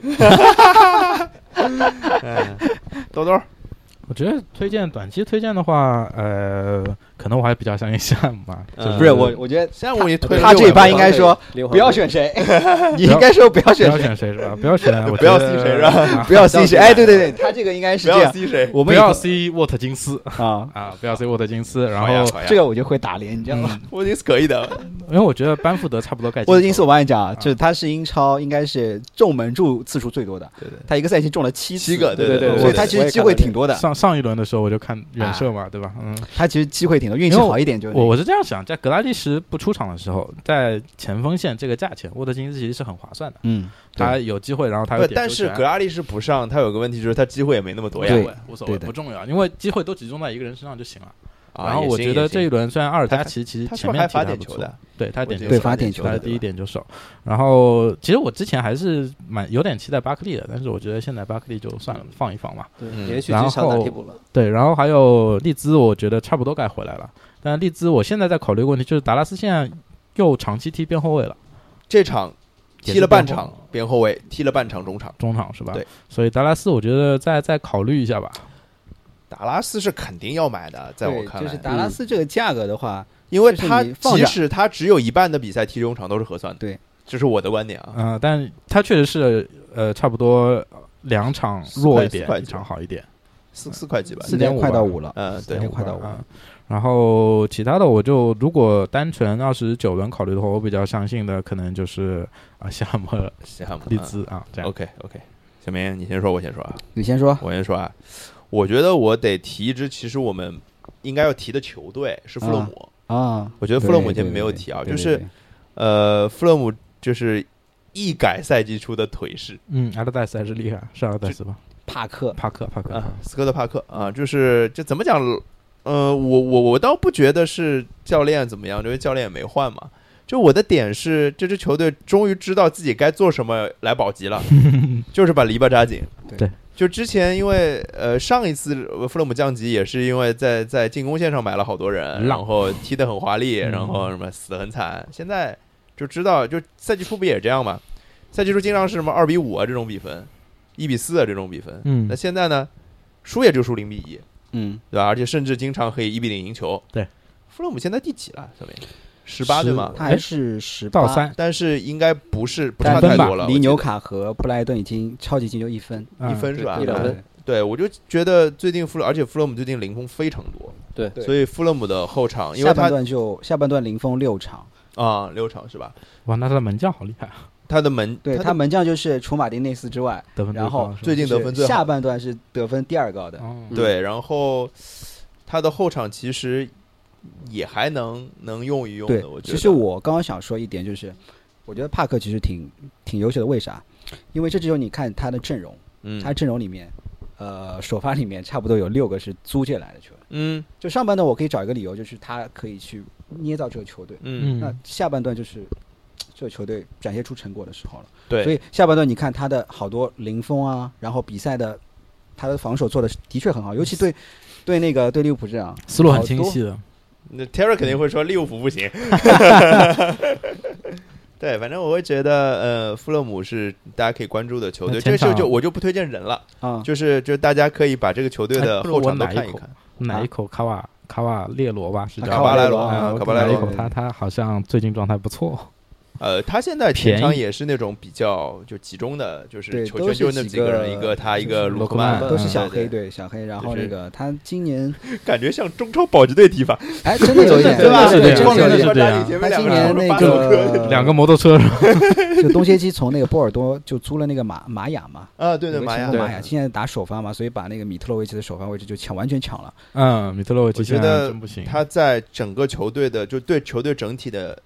嗯，哎豆豆，我觉得推荐短期推荐的话，呃，可能我还比较相信夏姆吧，嗯就呃不是我，我觉得现在我也退了他六这一百趴多应该说灵魂不要选 <laughs> 谁， <laughs> 你应该说不要不选要谁，选谁是吧？不要选，我啊不要 C C 谁是吧？不要 C 谁。哎，对对对，他这个应该是不这要样。 C 谁，我不们要以 C 沃特金斯后啊，啊，不要 C 沃特金斯，然好呀后哎好呀嗯这个我就会打脸，你知道吗？我觉得是可以的，因为我觉得班福德差不多该进球沃特金斯，我跟你讲啊，嗯啊就是他是英超应该是中门柱次数最多的，对对他一个赛季中了七次七个对对对对所以对他其实机会挺多的，上上一轮的时候我就看远啊射嘛，对吧？嗯，他其实机会挺多，运气因为好一点就我我是这样想，在格拉利什不出场的时候，在前锋线这个价钱，沃特金斯其实是很划算的，嗯，他有机会，然后他有不，点但球是权格拉利什不上，他有个问题就是他机会也没那么多呀。对无所谓，对的不重要，因为机会都集中在一个人身上就行了。啊然后我觉得这一，轮虽然阿尔扎奇其也实行也行他是不前是面还踢罚得还点不球错的？对他我点记得球对是手罚罚点球球他的的的第一点球手。然后其实我之前还是蛮有点期待巴克利的，但是我觉得现在巴克利就算了，放一放吧。对嗯连续然几场打后替补了，对，然后还有利兹，我觉得差不多该回来了。但利兹我现在在考虑个问题，就是达拉斯现在又长期踢边后卫了，这场踢了半场边后卫，踢了半场中场。中场是吧？对，所以达拉斯我觉得再再考虑一下吧。达拉斯是肯定要买的，在我看就是来，达拉斯这个价格的话，因为就是他你放即着使他只有一半的比赛踢中场都是合算的，对，这是我的观点啊。嗯、但他确实是呃，差不多两场弱一四块点，一四块场好一点。四四块几吧，四点4.5快到吧五了，嗯，对肯，定快到五啊。然后其他的，我就如果单纯二十九轮考虑的话，我比较相信的可能就是啊，夏 <laughs> 姆、行吧利兹啊这样。 OK OK，小明，你先说，我先说啊，你先说，我先说啊。我觉得我得提一支，其实我们应该要提的球队是富勒姆。啊，我觉得对富勒姆对今天对没有对提啊对就对是对呃，富勒姆就是一改赛季初的颓势嗯，阿德戴斯还是厉害，是阿德戴斯吧？帕克，帕克，帕克，帕克啊，斯科特帕克啊，就是这怎么讲？呃，我我我倒不觉得是教练怎么样，因为教练也没换嘛。就我的点是，这支球队终于知道自己该做什么来保级 <laughs> 了，就是把篱笆扎紧。对，就之前因为呃上一次呃富勒姆降级也是因为在在进攻线上买了好多人，浪然后踢得很华丽，嗯然后什么死得很惨。现在就知道，就赛季初不也是这样嘛？赛季初经常是什么二比五啊这种比分，一比四啊这种比分。嗯那现在呢，输也就输零比一，嗯，对吧？而且甚至经常可以一比零赢球。对，弗洛姆现在第几了？小明，十八对吗？他还是十到，三，但是应该不是不但差分太吧多了，离我记纽得卡和布莱顿已经超级进球一分，嗯一分是吧？一两分，对，我就觉得最近弗洛，而且弗洛姆最近零封非常多，对对所以弗洛姆的后哦场，因为下半他段就下半段零封六场，啊六场是吧？哇，那他的门将好厉害啊！他的门对他他的门将就是除马丁内斯之外，得分最然后高是吧最近得分最是好下半段是得分第二高的，哦对，然后他的后场其实也还能能用一用对的，我，觉其得。实我刚刚想说一点就是，我觉得帕克其实挺挺优秀的，为啥？因为这只有你看他的阵容，嗯他阵容里面，呃，首发里面差不多有六个是租借来的球员。嗯就上半段我可以找一个理由，就是他可以去捏造这个球队。嗯嗯那下半段就是这个球队展现出成果的时候了。对，所以下半段你看他的好多零封啊，然后比赛的他的防守做的的确很嗯好，尤其对对那个对利物浦这样，思路很清晰的，那 Terry 肯定会说利物浦不行。对，反正我会觉得，呃，富勒姆是大家可以关注的球队。那这前就场就我就不推荐人了，啊、就是就大家可以把这个球队的哎不如后场我都拿一看一口看。哪一口卡瓦卡瓦列罗吧，是啊叫卡卡瓦巴列莱罗罗，啊啊嗯卡巴莱莱我罗拿一罗口，他他好像最近状态不错，呃，他现在便宜前场也是那种比较就集中的，就对是球权就那么几个都是人，几一个个他，一就个是卢卢克克曼曼，都是嗯小对黑，对小黑，然后就那是个他今年感觉像中超保级队踢法，<laughs> 哎，真的有一点，对吧？是真的这样真的有是一这点样。他 <laughs> 今年那个两个摩托车是吧？就东歇基从那个波尔多就租了那个马马雅嘛，啊，对有对，个玛前雅锋马雅现在打首发嘛，所以把那个米特洛维奇的首发位置就抢完全抢了。嗯，米特洛维奇我觉现在得真不行，他在整个球队的就对球队整体的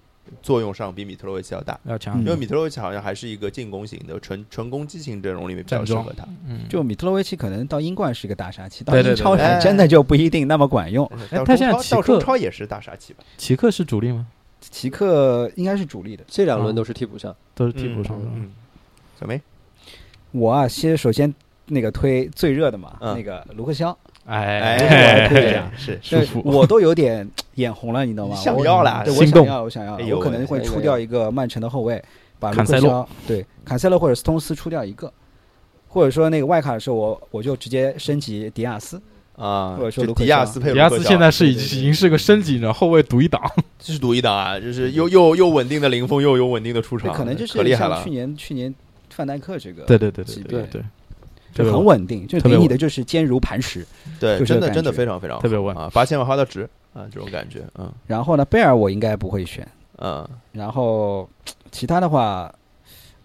作用上比米特洛维奇要大。要强因嗯。为米特洛维奇好像还是一个进攻型的，纯纯攻击型阵容里面比较站适桩合他。嗯，就米特洛维奇可能到英冠是一个大杀器，到对对英超对对还对真的就不一定那么管用。哎到他中现在超齐到中克超也哦是大杀器吧？奇克是主力吗？奇克应该是主力的。这两轮都是替补上，都是替补上的。嗯，小梅，我啊，先首先那个推最热的嘛，嗯那个卢克肖，哎，对呀是舒对服我都有点眼红了，你知道吗？想我要啦对，我心想动要，我想要哎，呦我可能会喂出掉一个曼城的后卫，把卢坎克塞肖洛对坎塞洛或者斯通斯出掉一个，或者说那个外卡的时候，我我就直接升级迪亚斯，啊，或者说这卢克迪亚肖斯佩迪鲁亚克斯肖现在是已对对对经是个升级的后卫独一档，这是独一档啊，就是又又又稳定的零封，又有稳定的出这场，哎可能就是可厉害像了去。年去年范戴克这个，对对对级对别对对，就特别很稳定，就特给别你稳的就是坚如磐石。对，就这真个的感真的觉非常非常好特别稳啊，八千万花到值啊，这种感觉，嗯然后呢，贝尔我应该不会选，嗯，然后其他的话。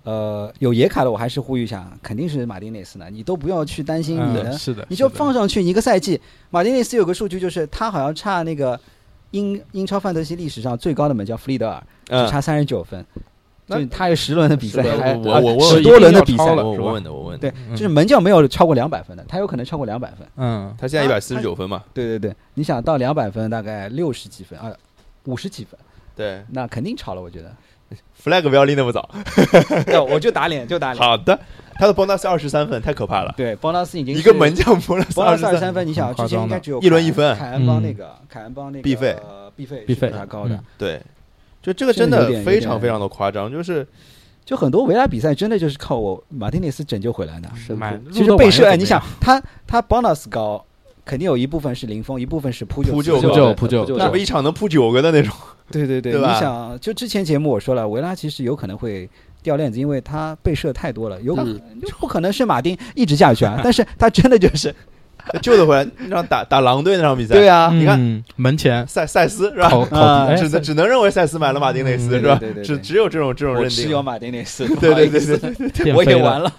呃，有野卡的，我还是呼吁一下，肯定是马丁内斯呢，你都不要去担心你嗯，的是的，你就是的放上去一个赛季，马丁内斯有个数据就是他好像差那个英英超范德西历史上最高的门将弗利德尔，只嗯差三十九分，那就是他有十轮的比赛，是的还我啊我我十一多定轮的要比超赛了，我是我吧问的，我问的，对，嗯就是门将没有超过两百分的，他有可能超过两百分。嗯，他现在一啊他百四十九分嘛，对对对，你想到两百分大概六十几分啊，五十几分，对那肯定超了，我觉得。 ，flag 不要立那么早。对，我就打脸，就打脸。好的，他的 bonus 二十三分，太可怕了，对，邦达斯已经一是个门将 bonus 邦达二斯二十三，三分，你想很之夸张前的应该只有一轮一分凯恩帮那个凯恩帮那个呃必费必费必费是比他高的嗯，对，就这个真真的有的点有非常点非常的夸张，就是就很多维拉比赛真的就是靠我马丁内斯拯救回来的。神买父其实背射，你想他他 bonus 高，肯定有一部分是零封，一部分是扑救扑自己救的高扑救扑扑救救，那不一场能扑九个的那种， <laughs> 对对对，对吧你想，就之前节目我说了，维拉其实有可能会掉链子，因为他被射太多了，有可嗯就不可能是马丁一直下 <laughs> 去啊，但是他真的就是他救得回来，让打打狼队那场比赛，对啊，你看嗯门前塞塞斯是吧？考 <laughs> 啊考迪，只能只能认为塞斯买了马丁内斯嗯是吧对对对？对只只有这种这种我认持有定，马丁内斯，对对对对对，哎我也完，了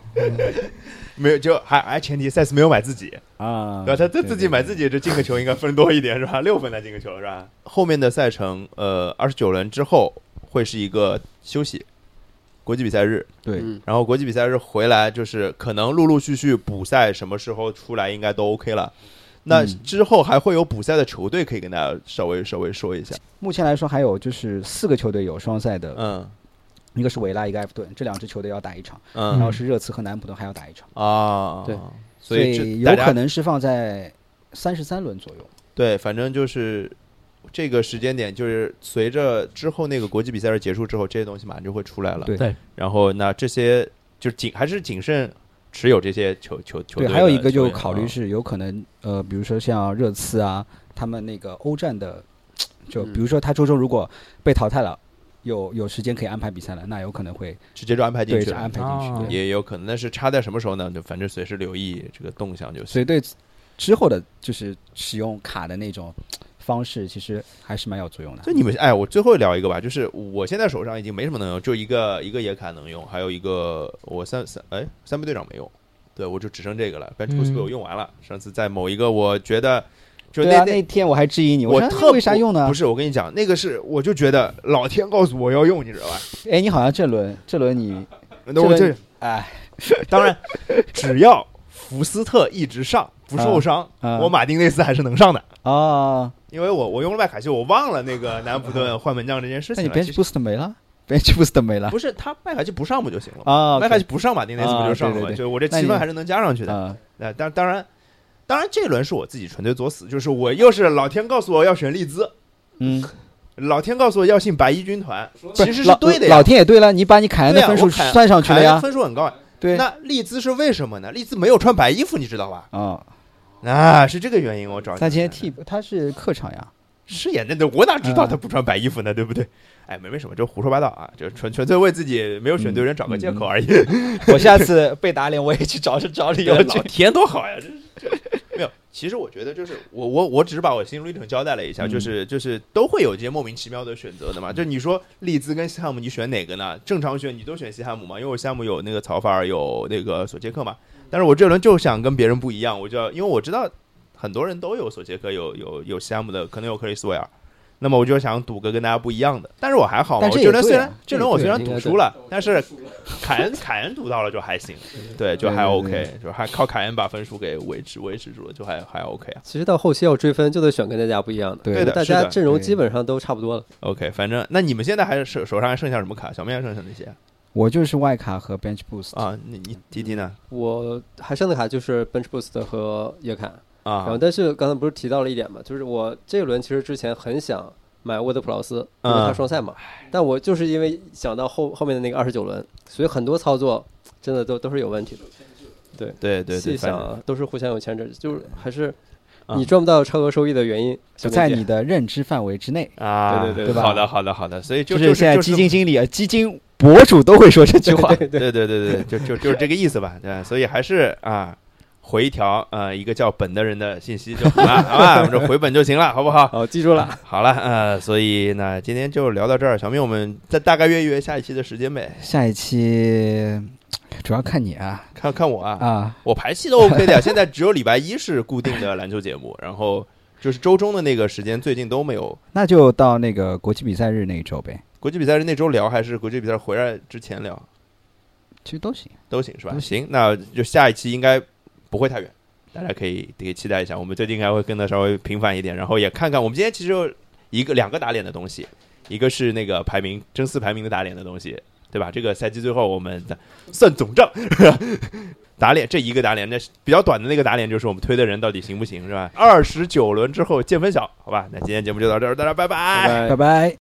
没有就还还前提塞斯没有买自己，啊对吧？他他自己买自己，己这进个球应该分多一点是吧？ <laughs> 六分才进个球是吧？后面的赛程，呃，二十九轮之后会是一个休息，国际比赛日，对嗯，然后国际比赛日回来就是可能陆陆续续补赛什么时候出来应该都 OK 了。那嗯之后还会有补赛的球队可以跟大家稍微稍微说一下，目前来说还有就是四个球队有双赛的，嗯一个是维拉，一个埃弗顿，这两支球队要打一场，然嗯后是热刺和南普顿还要打一场，啊，对，所以这有大家可能是放在三十三轮左右。对，反正就是这个时间点，就是随着之后那个国际比赛日结束之后，这些东西马上就会出来了。对对，然后那这些就谨还是谨慎持有这些球球球队对，的还有一个球就员啊嗯考虑是有可能，呃，比如说像热刺啊，他们那个欧战的，就嗯比如说他周周如果被淘汰了，有有时间可以安排比赛了，那有可能会啊直接就安排进对去是安了，排进去哦对。也有可能，但是差在什么时候呢？就反正随时留意这个动向就行。所以对之后的就是使用卡的那种方式，其实还是蛮有作用的所。以你们哎，我最后聊一个吧，就是我现在手上已经没什么能用，就一个一个野卡能用，还有一个我三三哎三部队长没用，对我就只剩这个了。bench 嗯 boost 被我用完了，上次在某一个我觉得就对啊，那那天我还质疑你，我说特为啥用呢不？是，我跟你讲，那个是我就觉得老天告诉我要用，你知道吧？哎，你好像这轮这轮你那我这这个哎，当然，只要福斯特一直上不受伤，啊我马丁内斯还是能上的。啊，因为我我用了麦卡锡，我忘了那个南普顿换门将这件事那情你了。 bench 其实 boost 没了，bench <laughs> boost 没了不是他麦卡锡不上不就行了吗？啊，麦卡锡不上马丁内斯不啊就上了对吗？对对就我这那七你分还是能加上去的。啊，那当当然，当然这轮是我自己纯粹作死，就是我又是老天告诉我要选利兹，嗯。老天告诉我要信白衣军团，不是其实是对的呀老老天也对了，你把你凯恩的对啊分数我凯算上去了凯呀恩。分数很高啊。对，那利兹是为什么呢？利兹没有穿白衣服，你知道吧？啊，啊，是这个原因，我找啊一下他今天替他是客场 <laughs> 呀。是演那的，我哪知道嗯他不穿白衣服呢？对不对？哎，没没什么，就胡说八道啊，就纯纯粹为自己没有选对人找个借口而已。我下次被打脸，我也去找找理老天多好呀！这 <laughs> 这没有，其实我觉得就是我我我只是把我心路历程交代了一下，嗯就是就是都会有一些莫名其妙的选择的嘛。就你说利兹跟西汉姆，你选哪个呢？正常选你都选西汉姆嘛，因为我西汉姆有那个曹法尔，有那个索切克嘛。但是我这轮就想跟别人不一样，我就要因为我知道很多人都有索切克，有有有西汉姆的，可能有克里斯维尔。那么我就想赌个跟大家不一样的，但是我还好嘛，但我这这也轮对虽啊然这轮我这也虽对啊然应赌该输了，但是凯恩凯恩读到了就还行，对，就还对 OK，对就还靠凯恩把分数给维持维持住了，就还还 OK 啊其实到后期要追分，就得选跟大家不一样的。对的大是家的阵容对基本上都差不多了。 ，OK。反正那你们现在还手手上还剩下什么卡？小面还剩下哪些我就是外卡和 bench boost，啊？你你滴滴呢？我还剩的卡就是 Bench Boost 和叶卡，然后啊，但是刚才不是提到了一点嘛，就是我这一轮其实之前很想买沃德普劳斯，因为他嗯双赛嘛，但我就是因为想到后后面的那个二十九轮，所以很多操作真的都都是有问题的。对对细对，反想正啊，都是互相有牵制，就是还是嗯你赚不到超额收益的原因，不兄弟在姐 <laughs> 你的认知范围之内。啊，对对对对吧好的，好的，好的，所以就就是是现在基就金是经理、啊基金博主都会说这句 <laughs> 话。对对对对，就就就是这个意思吧，对，所以还是啊，回一条呃一个叫本的人的信息就好了，好吧，我们这回本就行了，好不好？哦，记住了， <laughs> 好了，呃，所以呢，今天就聊到这儿，小明，我们再大概约一约下一期的时间呗，下一期主要看你啊看看我啊，啊，我排戏都 OK 的呀，现在只有礼拜一是固定的篮球节目， <laughs> 然后就是周中的那个时间最近都没有。那就到那个国际比赛日那一周呗，国际比赛是那周聊还是国际比赛回来之前聊其实都行。都行是吧？都行，那就下一期应该不会太远，大家可以可以期待一下。我们最近应该会更的稍微频繁一点，然后也看看我们今天其实有一个两个打脸的东西，一个是那个排名争四排名的打脸的东西，对吧？这个赛季最后我们的算总账， <laughs> 打脸这一个打脸，那比较短的那个打脸就是我们推的人到底行不行是吧？二十九轮之后见分晓，好吧？那今天节目就到这儿，大家拜拜拜拜拜。